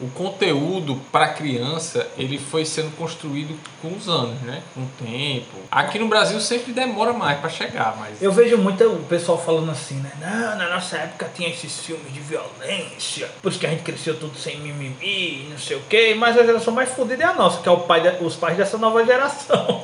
o, o conteúdo para criança, ele foi sendo construído com os anos, né? Com o tempo. Aqui no Brasil sempre demora mais para chegar, mas...
Eu vejo muito o pessoal falando assim, né? Não, na nossa época tinha esses filmes de violência, por isso que a gente cresceu tudo sem mimimi, não sei o quê. Mas a geração mais fodida é a nossa, que é o pai de- os pais dessa nova geração.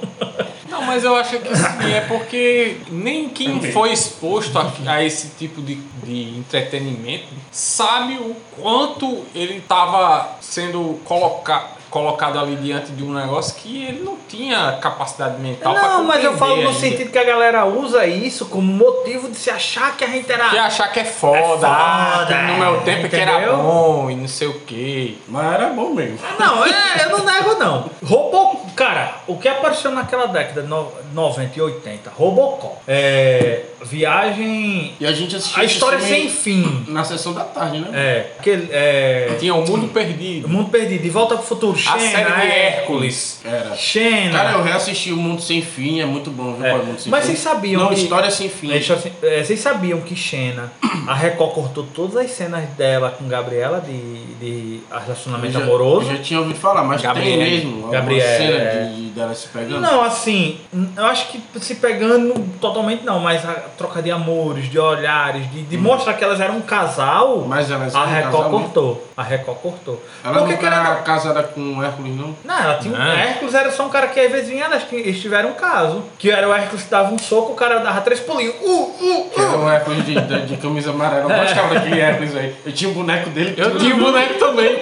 Não, mas eu acho que sim, é porque nem quem
Também.
foi exposto a, a esse tipo de, de entretenimento sabe o quanto ele estava sendo coloca, colocado ali diante de um negócio que ele não tinha capacidade mental Tá pra
não, mas eu
compreender
falo no
ainda.
sentido que a galera usa isso como motivo de se achar que a gente era.
Que achar que é foda,
É foda,
ah, no meu tempo que era
entendeu?
bom e não sei o quê.
Mas era bom mesmo.
Não, é, eu não nego não. Robocop, cara, o que apareceu naquela década, no, 90 e 80, Robocop, é, viagem,
E a gente assistia
a história é
esse filme
sem fim,
Na sessão da tarde, né?
é, aquele, é,
Tinha o mundo perdido.
Mundo Perdido, De Volta pro Futuro, Xena,
a série de
é,
Hércules.
Era.
Xena,
Cara, eu reassisti o Mundo Sem Fim, é muito bom, viu?
É.
pô, Mundo Sem
Mas
Fim.
vocês sabiam
Não,
que-
História Sem Fim.
É, história sem- é, vocês sabiam que Xena, a Record cortou todas as cenas dela com Gabriela de, de
Eu
relacionamento
já,
amoroso?
eu já tinha ouvido falar, mas
Gabriele.
tem mesmo uma
Gabriele,
cena
é.
de, de dela se pegando.
Não, assim, eu acho que se pegando totalmente não, mas a troca de amores, de olhares, de, de mostrar que elas eram um casal,
Hum. Mas elas
a
eram um
Record
casal mesmo?
cortou. A Record cortou.
Ela
Por que
não
que
era
ela-
casada com o Hércules, não?
Não, ela tinha um...
Não.
Hércules era só um cara que às vezes vinha, elas que- eles tiveram um caso. Que era o Hércules que dava um soco, o cara dava três pulinhos. Uh, uh,
Que era o é um Hércules de, de- de camisa amarela. Eu gostava daquele Hércules aí. Eu tinha um boneco dele.
Eu
tudo.
tinha um boneco também.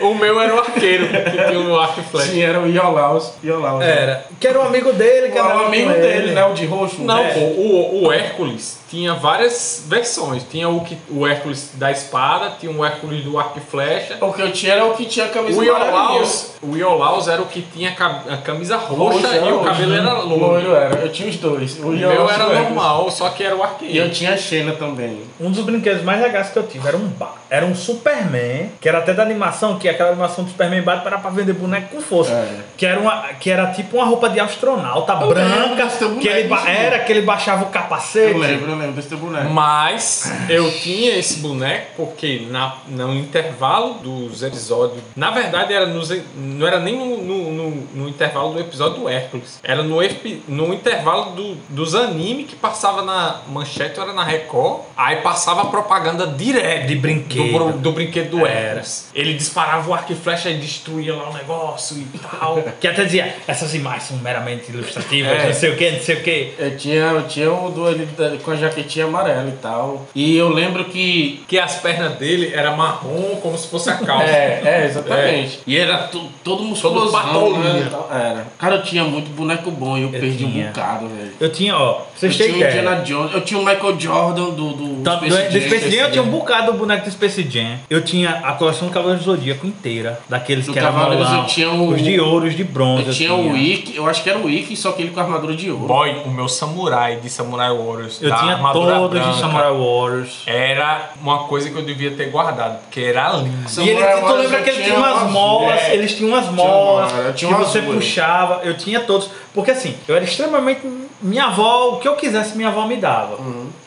O meu era o arqueiro, que tinha o arco e flecha.
Sim, era o Iolaus. Iolaus. né?
Era. Que era o amigo dele, que
Era
era
o amigo
com
dele,
ele.
né? O de roxo.
Não,
né?
pô, o, o Hércules tinha várias versões. Tinha o, que, o Hércules da espada, tinha o Hércules do arco e flecha.
O que eu tinha era o que tinha a camisa
O
amarela.
Iolaus, o Iolaus era o que tinha ca- a camisa roxa
Roxa,
e o
roxo.
cabelo era loiro.
né? Loiro era. Eu tinha os dois. O
O meu
Iolaus e o
era
Hércules.
normal, só que era o
E eu
arqueiro.
tinha a Xena também.
Um dos brinquedos mais legais que eu tive era um bar. Era um Superman, que era até da animação, que aquela animação do Superman bate para pra vender boneco com força.
É.
Que, era uma, que era tipo uma roupa de astronauta
lembro
branca.
desse teu
que ele
boneco,
ba-
sim.
era que ele baixava o capacete.
Eu lembro, eu lembro desse teu boneco.
Mas eu tinha esse boneco porque na, no intervalo dos episódios. Na verdade, era nos, não era nem no, no, no- no intervalo do episódio do Hércules. Era no, epi- no intervalo do- dos animes que passava na manchete, era na Record. Aí passava a propaganda direto
De brinquedo. É.
Do, bro- do brinquedo do Eras. Ele disparava o arco e flecha e destruía lá o negócio e tal.
Que até dizia, essas imagens são meramente ilustrativas,
É.
não sei o que, não sei o que.
Eu tinha, eu tinha o do ele da- com a jaquetinha amarela e tal. E eu lembro que.
que as pernas dele era marrom como se fosse a calça.
É, é, exatamente. E era to- todo musculoso. né?
patolino.
Era. Cara, eu tinha muito boneco bom e eu, perdi um
tinha.
bocado, velho.
Eu tinha, ó, pra
Eu
vocês
tinha um
terem
o
ideia.
Indiana Jones, eu tinha o Michael Jordan do, do
Tá, do, do Space Jam eu tinha um
Jam.
bocado do boneco do Space Jam. Eu tinha a coleção do Cavaleiro do Zodíaco inteira. Daqueles
Do
que eram
Cavaleiros eu
molão,
tinha o-
Os de ouro, os de bronze.
Eu tinha o Ikki, eu acho que era o Ikki, só que ele com armadura de ouro.
Boy, o meu samurai de Samurai Warriors.
Eu
da
tinha
tá, armadura
todos
branca,
de Samurai Warriors.
Era uma coisa que eu devia ter guardado, porque era lindo.
E ele, tu
Warriors
lembra
eu
que ele
tinha
tinha umas
umas-
molas,
é.
eles tinham umas
Tinha uma
molas
mola, eu
que
tinha umas
você
duas.
puxava,
Uhum.
eu tinha todos. Porque assim, eu era extremamente. Minha avó, o que eu quisesse, minha avó me dava.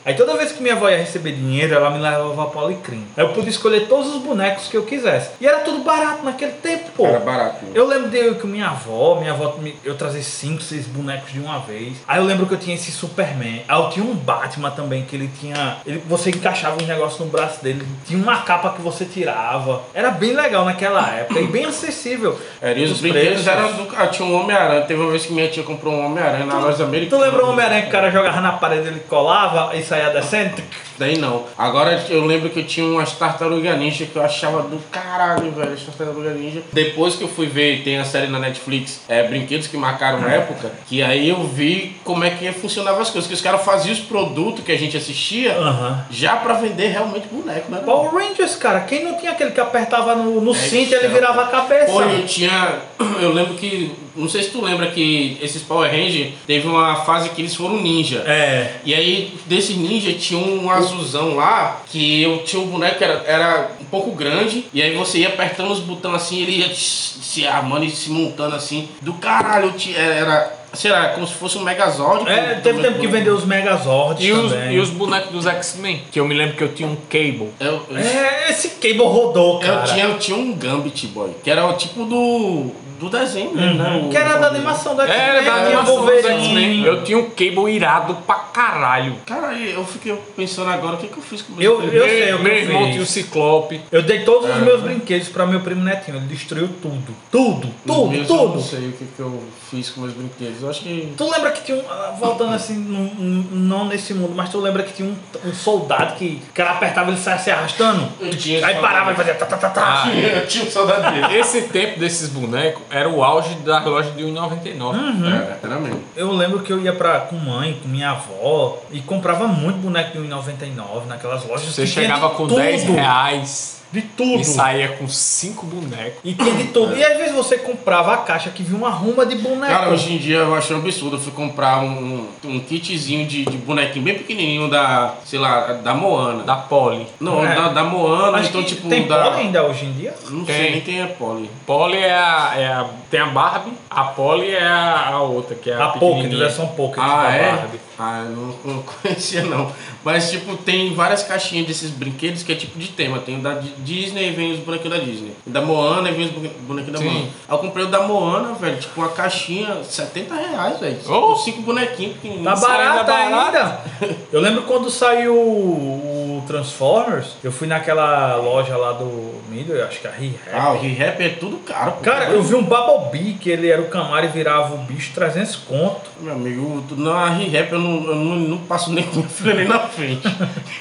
Aí toda vez que minha avó ia receber dinheiro, ela me levava a Policrim. Aí eu pude escolher todos os bonecos que eu quisesse. E era tudo barato naquele tempo, pô.
Era barato.
Eu lembro de que minha avó, minha avó, me- eu trazia cinco, seis bonecos de uma vez. Aí eu lembro que eu tinha esse Superman. Aí eu tinha um Batman também, que ele tinha. Ele, você encaixava os negócios no braço dele. Tinha uma capa que você tirava. Era bem legal naquela época e bem acessível.
Era, e os brinquedos eram do. Ah, tinha um Homem-Aranha. Teve uma vez que minha tia comprou um Homem-Aranha na loja
Tu
americana.
lembra o Homem-Aranha que o cara jogava na parede, ele colava e saía descendo?
Daí não. Agora eu lembro que eu tinha umas tartaruga ninja que eu achava do caralho, velho. As tartaruga ninja. Depois que eu fui ver, tem a série na Netflix, é, Brinquedos que marcaram
Uhum.
a época, que aí eu vi como é que funcionava as coisas. Que os caras faziam os produtos que a gente assistia
Aham.
já pra vender realmente boneco, né?
Power Rangers, cara, quem não tinha aquele que apertava no, no cinto e ele
céu.
virava a cabeça?
Pô, eu tinha. Eu lembro que. Não sei se tu lembra que esses Power Rangers teve uma fase que eles foram ninja.
É.
E aí, desse ninja tinha um azulzão lá, que eu tinha um boneco que era, era um pouco grande, e aí você ia apertando os botões assim, ele ia tss, se armando e se montando assim. Do caralho, eu tinha- era, sei lá, como se fosse um Megazord.
É,
Com-
teve tempo que vendeu os Megazords
E os,
também.
e os bonecos dos X-Men, que eu me lembro que eu tinha um Cable.
Eu, eu,
É, esse cable rodou,
eu
cara.
tinha, eu tinha um Gambit Boy, que era o tipo do. do desenho mesmo, né? O-
Uhum. Que era da animação da
Era da
tinha
animação dos
Wolverine.
X-Men. Eu tinha um Cable irado pra caralho.
Cara, eu fiquei pensando agora o que, que eu fiz com o meu
Eu, eu
meu
sei, eu
meu irmão
fiz.
tinha o Ciclope.
Eu dei todos os meus brinquedos pra meu primo netinho. Ele destruiu tudo. Tudo, tudo,
Meus, Eu não
tudo.
sei o que, que eu fiz com meus brinquedos. Eu acho que.
Tu lembra que tinha um. ah, Voltando assim, num- num- não nesse mundo, mas tu lembra que tinha um, um soldado que o cara apertava ele saia se arrastando?
Eu tinha
Aí parava e fazia tá, tá, tá, tá.
Ah.
Eu tinha saudade dele.
Esse tempo desses bonecos era o auge da loja de 1,99.
Uhum,
É, era mesmo.
Eu lembro que eu ia pra, com mãe, com minha avó, e comprava muito boneco de 1,99 naquelas lojas.
Você
que tinha
chegava
de
com
tudo,
10 reais
De tudo.
e saía com 5 bonecos.
E tinha de tudo. E às vezes você comprava a caixa que vinha uma ruma de boneco.
Cara, hoje em dia eu acho um absurdo. Eu fui comprar um, um kitzinho de, de bonequinho bem pequenininho da, sei lá, da Moana.
Da Polly.
não,
É.
da, da Moana,
Acho
então
que
tipo
tem
da...
bola ainda hoje em dia?
Não
Tem.
sei nem quem é Polly.
Polly é a, é a- Tem a Barbie, a Polly é a, a outra, que é a,
A Pocket,
pequenininha.
versão Pocket
Ah,
da
é?
Barbie.
Ah, eu não, não conhecia não. Mas tipo, tem várias caixinhas desses brinquedos que é tipo de tema. Tem o da Di- Disney, vem os bonequinhos da Disney. Da Moana, vem os bone- bonequinhos da
Sim.
Moana. Aí eu comprei o da Moana, velho, tipo uma caixinha, R$ 70 reais, velho.
Oh!
Com Cinco bonequinhos
Tá
pequenininhos.
Isso ainda
barata
é
ainda. Eu lembro quando saiu o Transformers, eu fui naquela loja lá do Middle, eu acho que é a Re-Rap.
Ah, o Re-Rap é tudo caro, pô.
Cara, eu vi um Bumblebee, que ele era o Camaro e virava o bicho 300 conto.
Meu amigo, tu- na Re-Rap eu, não, eu não, não passo nem com minha filha nem na frente.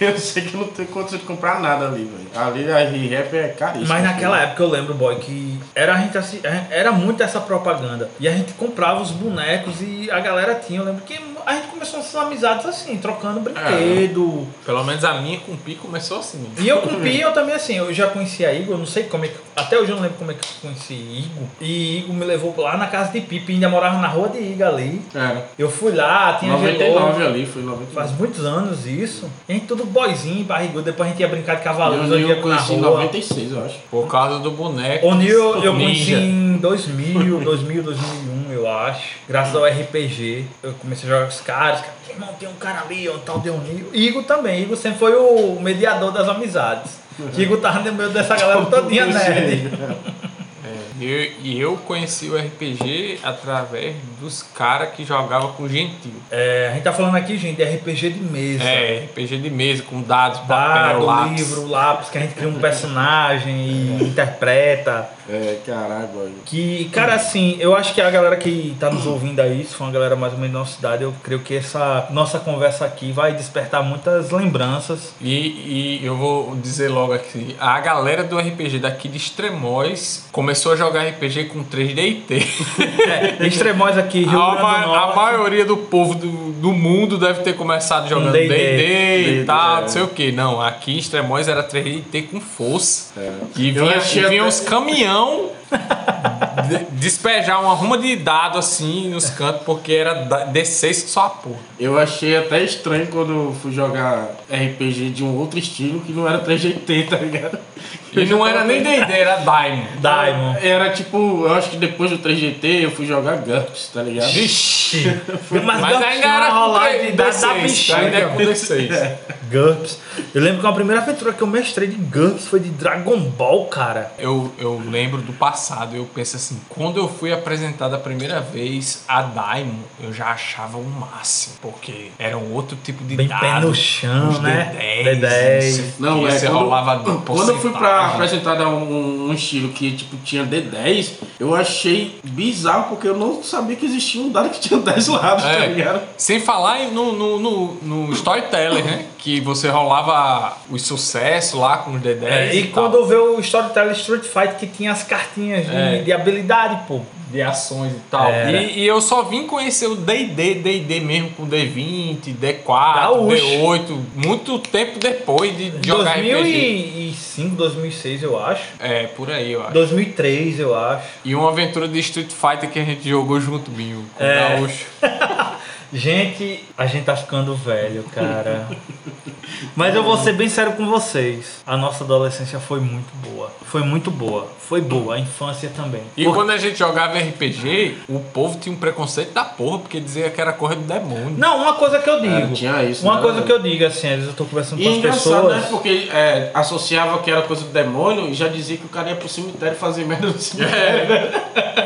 eu sei que eu não tenho condição de comprar nada ali, velho. Ali a Re-Rap é caríssima.
Mas naquela época eu lembro, boy, que era, a gente, assi- a gente- era muito essa propaganda. E a gente comprava os bonecos e a galera tinha. Eu lembro que a gente começou essas amizades assim, trocando brinquedo.
É.
Pelo menos a minha com o Pi começou assim.
E eu com o Pi, eu também assim, eu já conhecia Igor, não sei como é que. Até hoje eu não lembro como é que eu conheci Igor. E Igor me levou lá na casa de Pipe, ainda morava na rua de Igor ali.
Era.
Eu fui lá, tinha
99
gelou.
ali, foi 99.
Faz muitos anos isso. E a gente tudo boizinho, barrigudo, depois a gente ia brincar de
Eu,
cavaleiros,
eu,
eu ia na
conheci em
rua.
96, eu acho.
Por causa do boneco.
O Neo eu conheci
É tipo ninja.
em 2000, 2000, 2001, eu acho. Graças ao RPG, eu comecei a jogar com os caras. Cara, irmão, tem um cara ali, ó, um tal de Onil. Igor também, Igor sempre foi o mediador das amizades. Que Igor tava no meio dessa galera todinha né, nerd.
É, eu- e eu conheci o RPG através dos caras que jogavam com gentil.
É, a gente tá falando aqui, gente, de RPG de mesa.
É, RPG de mesa, com dados, papel,
Dado,
lápis.
livro, lápis, que a gente cria um personagem e interpreta.
É, caralho, velho.
Que, cara, assim, eu acho que a galera que tá nos ouvindo aí, se for uma galera mais ou menos da nossa idade, eu creio que essa nossa conversa aqui vai despertar muitas lembranças.
E, e eu vou dizer logo aqui, a galera do RPG daqui de Extremóis começou a jogar RPG com 3DT.
É, Extremóis aqui, Rio
A,
Grande do
ma- a
Norte.
maioria do povo do, do mundo deve ter começado jogando
D&D.
D&D
D&D,
e tal,
é.
não sei o que. Não, aqui em Extremóis era 3DT com força. E
Eu
vinha,
achei
e vinha
até-
os caminhão de- despejar uma ruma de dado assim nos cantos, porque era da- D6 que só a porra.
Eu achei até estranho quando eu fui jogar RPG de um outro estilo que não era 3GT, tá ligado?
E não era nem D&D, era Diamond.
Diamond.
Era tipo, eu acho que depois do 3GT eu fui jogar GURPS, tá ligado?
Vixe!
Mas, ainda era com
rolar
D-
de dar da né?
D6, ainda
bichinha.
é com D6.
GURPS. Eu lembro que a primeira aventura que eu mestrei de GURPS foi de Dragon Ball, cara.
Eu, eu lembro do passado, eu penso assim, quando eu fui apresentado a primeira vez a Daimon, eu já achava o máximo, porque era um outro tipo de
Bem
dado.
pé no chão,
uns
né?
D10,
D10.
Não,
Não,
sei o
é,
quê, você
quando,
rolava
quando eu fui pra
porcentagem. né?
apresentar um, um estilo que tipo tinha D10, eu achei bizarro porque eu não sabia que existia um dado que tinha 10 lados, tá ligado?
É, sem falar no, no, no, no storyteller, né? Que você rolava os sucessos lá com os D10.
É, e
tal.
quando eu vi o Storyteller Street Fight que tinha as cartinhas de,
É.
de habilidade, pô.
de ações e tal.
Era.
E, e eu só vim conhecer o D&D, D&D mesmo com D20, D4,
Gaúcho.
D8, muito tempo depois de
Em
jogar RPG.
2005, 2006, eu acho.
É, por aí, eu acho.
2003, eu acho.
E uma aventura de Street Fighter que a gente jogou junto, Binho, com
É.
o Gaúcho.
Gente, a gente tá ficando velho, cara. Mas eu vou ser bem sério com vocês. A nossa adolescência foi muito boa. Foi muito boa. Foi boa. A infância também.
E quando a gente jogava RPG, o povo tinha um preconceito da porra, porque dizia que era correr do demônio.
Não, uma coisa que eu digo.
Cara, tinha isso,
uma
né,
coisa
velho?
que eu digo, assim, às vezes eu tô conversando
E
com
é
as
engraçado,
pessoas.
né? Porque é, associava que era coisa do demônio e já dizia que o cara ia pro cemitério fazer merda no cemitério.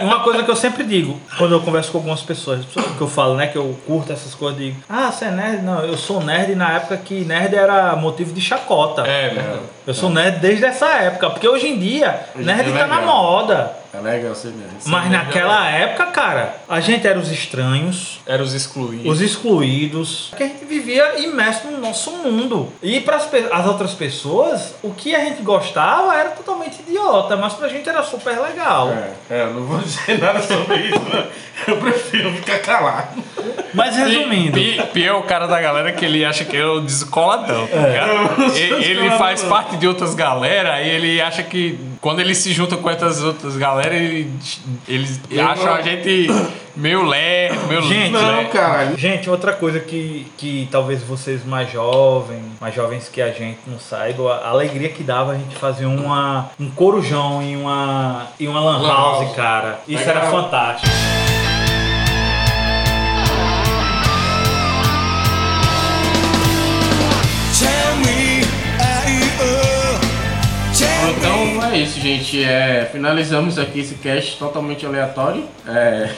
Uma coisa que eu sempre digo, quando eu converso com algumas pessoas, as pessoas que eu falo, né, que eu curto essas coisas, eu digo, ah, você é nerd? Não, eu sou nerd na época que nerd era motivo de chacota.
É, velho.
Eu sou nerd desde essa época, porque hoje em dia,
Hoje em
nerd
dia é
tá na
legal.
moda.
É legal ser merda.
Mas naquela época, cara, a gente era os estranhos,
Era os excluídos.
os excluídos, que a gente vivia imerso no nosso mundo. E para as outras pessoas, o que a gente gostava era totalmente idiota, mas pra gente era super legal.
É, é, eu não vou dizer nada sobre isso, né? Eu prefiro ficar calado.
Mas resumindo.
Pi, Pi é o cara da galera que ele acha que é o descoladão.
É.
tá
É
ligado? E- Ele faz parte de outras galera e ele acha que quando ele se junta com essas outras galera, ele, eles acham a gente meio lerdo, meio né?
Gente,
Não,
lerdo.
caralho.
Gente, outra coisa que, que talvez vocês mais jovens, mais jovens que a gente não saibam, a alegria que dava a gente fazer uma, um corujão e uma, e uma lan
Lan
house,
house.
cara. Isso
Legal.
era fantástico.
Então é isso, gente. É, finalizamos aqui esse cast totalmente aleatório. É,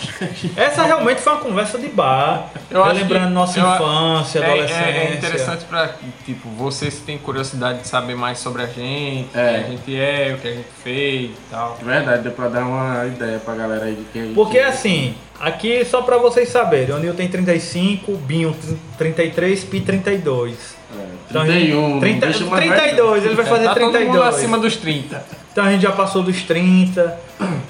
Essa realmente foi uma conversa de bar,
Eu acho
lembrando
que-
nossa
eu a-
infância,
É,
adolescência.
é- é interessante pra, tipo, vocês que têm curiosidade de saber mais sobre a gente,
É.
quem a gente é, o que a gente fez e tal.
de verdade, deu pra dar uma ideia pra galera aí de quem. é.
Porque assim, aqui só pra vocês saberem, o Nil tem 35, o Binho 33, Pi 32.
É,
Então, a gente-
31,
30,
deixa mais
32, ele vai fazer
tá todo
32.
mundo acima dos 30.
Então a gente já passou dos 30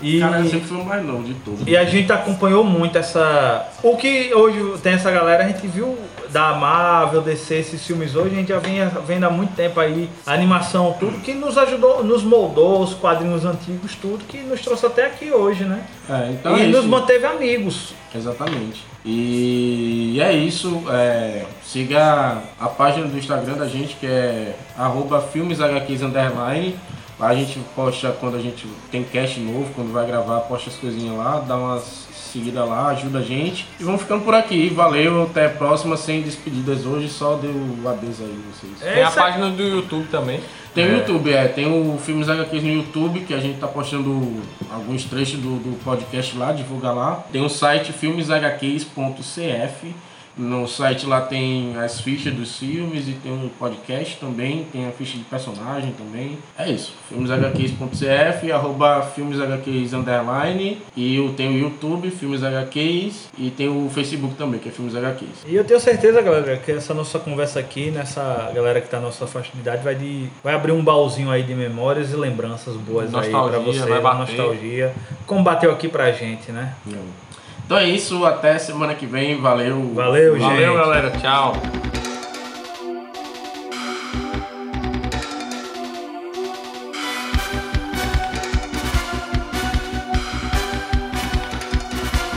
e,
Cara, eu sempre fui o mais novo de tudo.
e a gente acompanhou muito essa. O que hoje tem essa galera, a gente viu da Marvel, DC, esses filmes hoje, a gente já vem vendo há muito tempo aí a animação, tudo que nos ajudou, nos moldou, os quadrinhos antigos, tudo que nos trouxe até aqui hoje, né?
É, então
e
é
nos
isso.
manteve amigos.
Exatamente. E é isso. é, siga a página do Instagram da gente, que é arroba filmeshqs underline. Lá a gente posta quando a gente tem cast novo, quando vai gravar, posta as coisinhas lá, dá umas seguida lá, ajuda a gente. E vamos ficando por aqui. Valeu, até a próxima, sem despedidas hoje, só deu adeus aí vocês.
É
Tem a
isso aí.
página do YouTube também.
Tem o YouTube, é. Tem o Filmes HQs no YouTube, que a gente tá postando alguns trechos do, do podcast lá, divulga lá. Tem o site filmeshqs.cf. No site lá tem as fichas dos filmes e tem o podcast também, tem a ficha de personagem também. É isso, filmeshqs.cf, arroba filmeshqs underline, e eu tenho o YouTube, Filmes HQs, e tem o Facebook também, que é Filmes HQs.
E eu tenho certeza, galera, que essa nossa conversa aqui, nessa galera que tá na nossa faixa de idade, vai, de, vai abrir um baúzinho aí de memórias e lembranças boas aí pra
Nostalgia,
você,
vai bater.
nostalgia. Como bateu aqui pra gente, né?
Então é isso, até semana que vem, valeu!
Valeu, gente.
Valeu, galera. Tchau.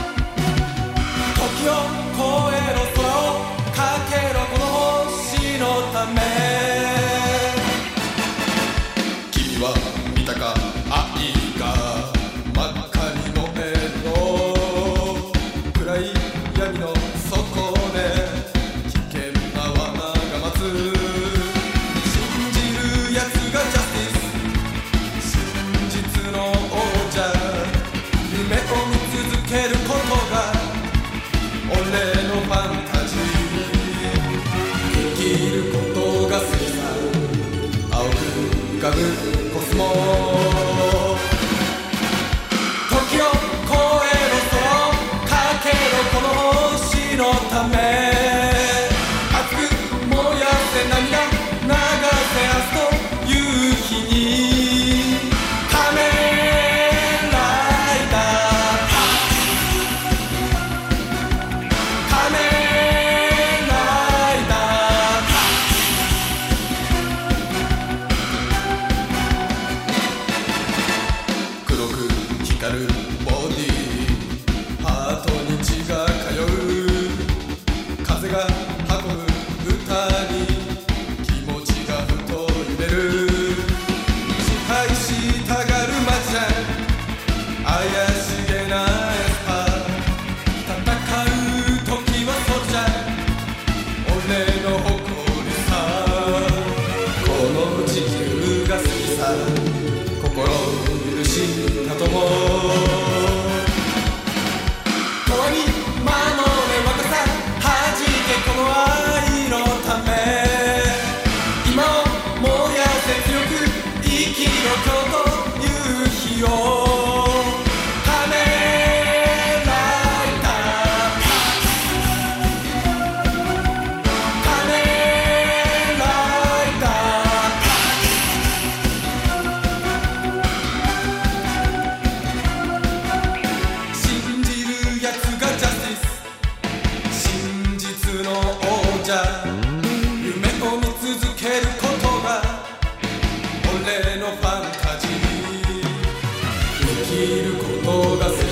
「時を越えろ空をかけろこの星のため」「君は時を越えろとかけろこの星のため熱く燃やせ涙流せ明日という日に仮面ライダー仮面ライダー黒く光るボディハートに血が通う風が運ぶ歌に気持ちがふと揺れる支配したがる街怪しげなエスパー戦う時はそうじゃ俺の誇りさこの地球が好きさ心を許したとも共に守れ若さはじけこの愛のため今を燃やせ強く生きろ今日という日をためらいたためらいた信じるやつがジャスティス真実の王者夢を見続けることが俺のファンタジー生きることが好き